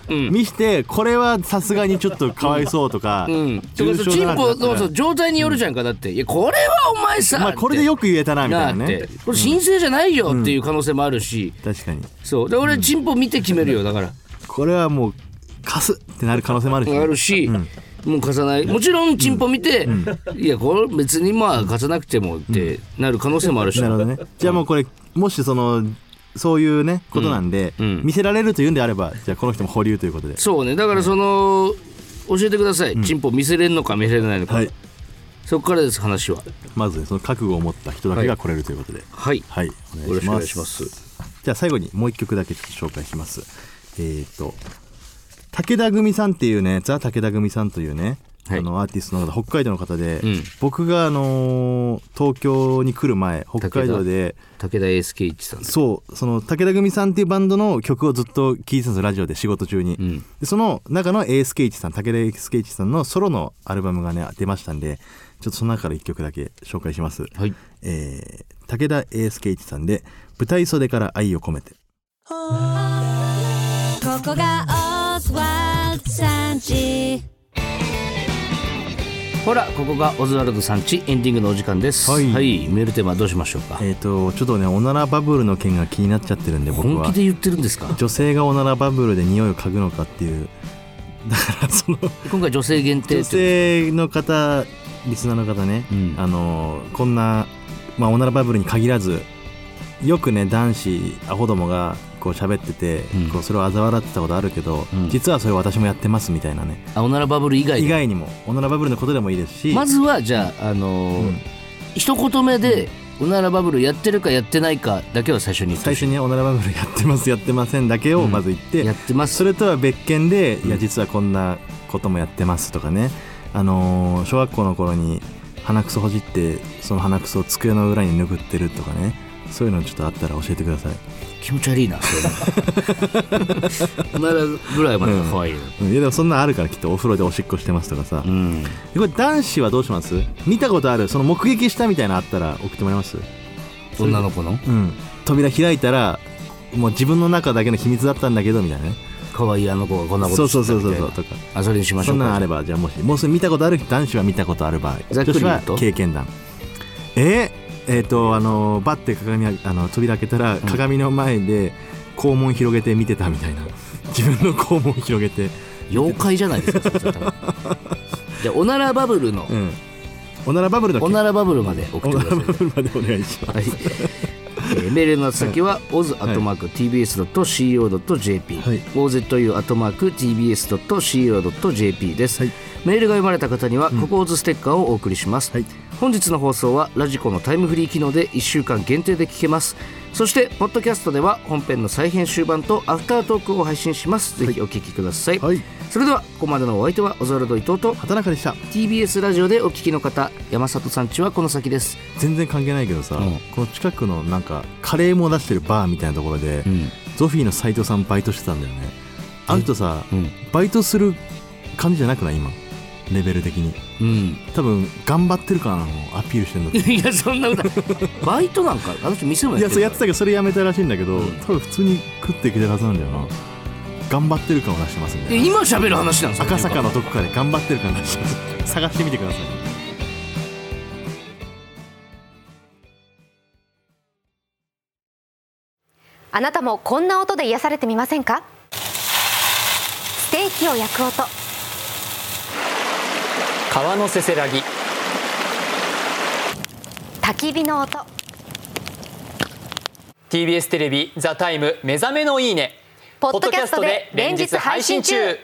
Speaker 3: 見してこれはさすがにちょっとかわいそうとか、
Speaker 2: うん、だからそうチ
Speaker 3: だ
Speaker 2: ン
Speaker 3: な
Speaker 2: ポ
Speaker 3: ってな
Speaker 2: そう
Speaker 3: った
Speaker 2: そ
Speaker 3: ら
Speaker 2: う状態によるじゃんかだっていやこれはお前さ、
Speaker 3: まあこれでよ
Speaker 2: く
Speaker 3: く言えたなみた
Speaker 2: ないっ
Speaker 3: な
Speaker 2: て
Speaker 3: ね
Speaker 2: これ申請じゃないよっていう可能性もあるし、
Speaker 3: 確かに
Speaker 2: そうで俺チンポ見て決めるよだから、
Speaker 3: これはもう貸すってなる可能性もあるしね、
Speaker 2: あるし、もう貸さないもちろんチンポ見て、いやこれ別にまあ貸さなくてもってなる可能性もあるし、
Speaker 3: なるほどねじゃあもうこれもしそのそういうねことなんで、
Speaker 2: うん
Speaker 3: 見せられるというんであればじゃあこの人も保留ということで
Speaker 2: そうねだからその教えてください、チンポ見せれんのか見せれないのか、
Speaker 3: はい
Speaker 2: そこからです話は
Speaker 3: まずねその覚悟を持った人だけが来れるということで
Speaker 2: はい
Speaker 3: はい、
Speaker 2: よろしくお願いします
Speaker 3: じゃあ最後にもう一曲だけちょっと紹介しますえっ、と武田組さんっていうねザ・武田組さんというね、
Speaker 2: はい
Speaker 3: あのアーティストの方北海道の方で、
Speaker 2: うん
Speaker 3: 僕があのー東京に来る前北海道で
Speaker 2: 武田英介一さんです
Speaker 3: そうその武田組さんっていうバンドの曲をずっと聴いてたんですよラジオで仕事中に、
Speaker 2: ん
Speaker 3: でその中の a s k 一さん武田 a s k 一さんのソロのアルバムがね出ましたんでちょっとその中から1曲だけ紹介します、
Speaker 2: はい
Speaker 3: えー武田 a s k 一さんで「舞台袖から愛を込めて
Speaker 6: ここがオズワルドさんち
Speaker 2: ほらここがオズワルドさんちエンディングのお時間です
Speaker 3: はい
Speaker 2: メールテーマどうしましょうか」
Speaker 3: えっ、とちょっとねおならバブルの件が気になっちゃってるんで僕
Speaker 2: 本
Speaker 3: は
Speaker 2: 気で言ってるんですか
Speaker 3: 女性がおならバブルで匂いを嗅ぐのかっていうだからその
Speaker 2: 今回女性限定
Speaker 3: 女
Speaker 2: っていう
Speaker 3: 性の方リスナーの方ね、
Speaker 2: うん
Speaker 3: あのこんな、まあ、おならバブルに限らずよくね男子アホどもがこう喋ってて、
Speaker 2: うん
Speaker 3: こうそれを嘲笑ってたことあるけど、
Speaker 2: うん
Speaker 3: 実はそれ私もやってますみたいなね、
Speaker 2: あおならバブル以外
Speaker 3: 以
Speaker 2: で
Speaker 3: 外にもおならバブルのことでもいいですし、
Speaker 2: まずはじゃああのー
Speaker 3: うん
Speaker 2: 一言目でおならバブルやってるかやってないかだけは最初に言って
Speaker 3: 最
Speaker 2: ほしい
Speaker 3: 初におならバブルやってますやってませんだけをまず言って、
Speaker 2: やってます
Speaker 3: それとは別件で、いや実はこんなこともやってますとかね、あのー小学校の頃に鼻くそほじってその鼻くそを机の裏に拭ってるとかねそういうのちょっとあったら教えてください、
Speaker 2: 気持ち悪いなそういう のおならぐらいまでが可愛いな
Speaker 3: うんいやでもそんなのあるからきっとお風呂でおしっこしてますとかさ、
Speaker 2: う
Speaker 3: こ
Speaker 2: ん
Speaker 3: れ男子はどうします見たことあるその目撃したみたいなのあったら送ってもらえます
Speaker 2: 女の子の
Speaker 3: うん扉開いたらもう自分の中だけの秘密だったんだけどみたいなね
Speaker 2: 可愛いあの子がこんなこと
Speaker 3: そうそう
Speaker 2: してた
Speaker 3: そ
Speaker 2: みたい
Speaker 3: うそ
Speaker 2: うな
Speaker 3: そうとか
Speaker 2: あそれにしまし
Speaker 3: そ
Speaker 2: ょうん
Speaker 3: なのあ
Speaker 2: か
Speaker 3: ればじゃあもしもうすぐ見たことある男子は見たことある場合
Speaker 2: ざっ
Speaker 3: 女
Speaker 2: くり
Speaker 3: 子
Speaker 2: 言う
Speaker 3: は
Speaker 2: と
Speaker 3: 経験談えーえっ、とあのバッて鏡ああの扉開けたら鏡の前で肛門広げて見てたみたいな自分の肛門広げて
Speaker 2: 妖怪じゃないですかそしたらじゃあおならバブルの
Speaker 3: うんおならバブルの
Speaker 2: おならバブルまで送
Speaker 3: お
Speaker 2: って
Speaker 3: な
Speaker 2: くだ
Speaker 3: ら
Speaker 2: さい
Speaker 3: バブルまでお願いします
Speaker 2: はい、えーメールの宛先は oz.tbs.co.jp、
Speaker 3: はい
Speaker 2: ozu.tbs.co.jp です、
Speaker 3: はい
Speaker 2: メールが読まれた方にはここ oz ステッカーをお送りします、
Speaker 3: はい
Speaker 2: 本日の放送はラジコのタイムフリー機能で1週間限定で聞けますそしてポッドキャストでは本編の再編集版とアフタートークを配信しますぜひお聞きください、
Speaker 3: はい
Speaker 2: それ ではここまでのお相手はオズワルド伊藤と
Speaker 3: 畑中でした
Speaker 2: TBS ラジオでお聞きの方山里さんちはこの先です、
Speaker 3: 全然関係ないけどさ、
Speaker 2: うん
Speaker 3: この近くのなんかカレーも出してるバーみたいなところで、ゾフィーの斎藤さんバイトしてたんだよねあの人さ、
Speaker 2: うん
Speaker 3: バイトする感じじゃなくない今レベル的に
Speaker 2: うん、
Speaker 3: 多分頑張ってるからなのアピールしてんだと 思
Speaker 2: いやそんなことないバイトなんかあの人店も
Speaker 3: うい
Speaker 2: や
Speaker 3: や
Speaker 2: って
Speaker 3: そう
Speaker 2: る
Speaker 3: やってたけどそれやめたらしいんだけど、
Speaker 2: うん
Speaker 3: 多分普通に食っていけてるはずなんだよな頑張ってる感を出してます
Speaker 2: え
Speaker 3: ね
Speaker 2: 今喋る話なんですか
Speaker 3: 赤坂のどこかで頑張ってる感出してます探してみてください
Speaker 7: あなたもこんな音で癒されてみませんかステーキを焼く音
Speaker 8: 川のせせらぎ
Speaker 7: 焚き火の音
Speaker 8: TBS テレビ「ザタイム目覚めのいいね」
Speaker 7: ポッドキャストで連日配信中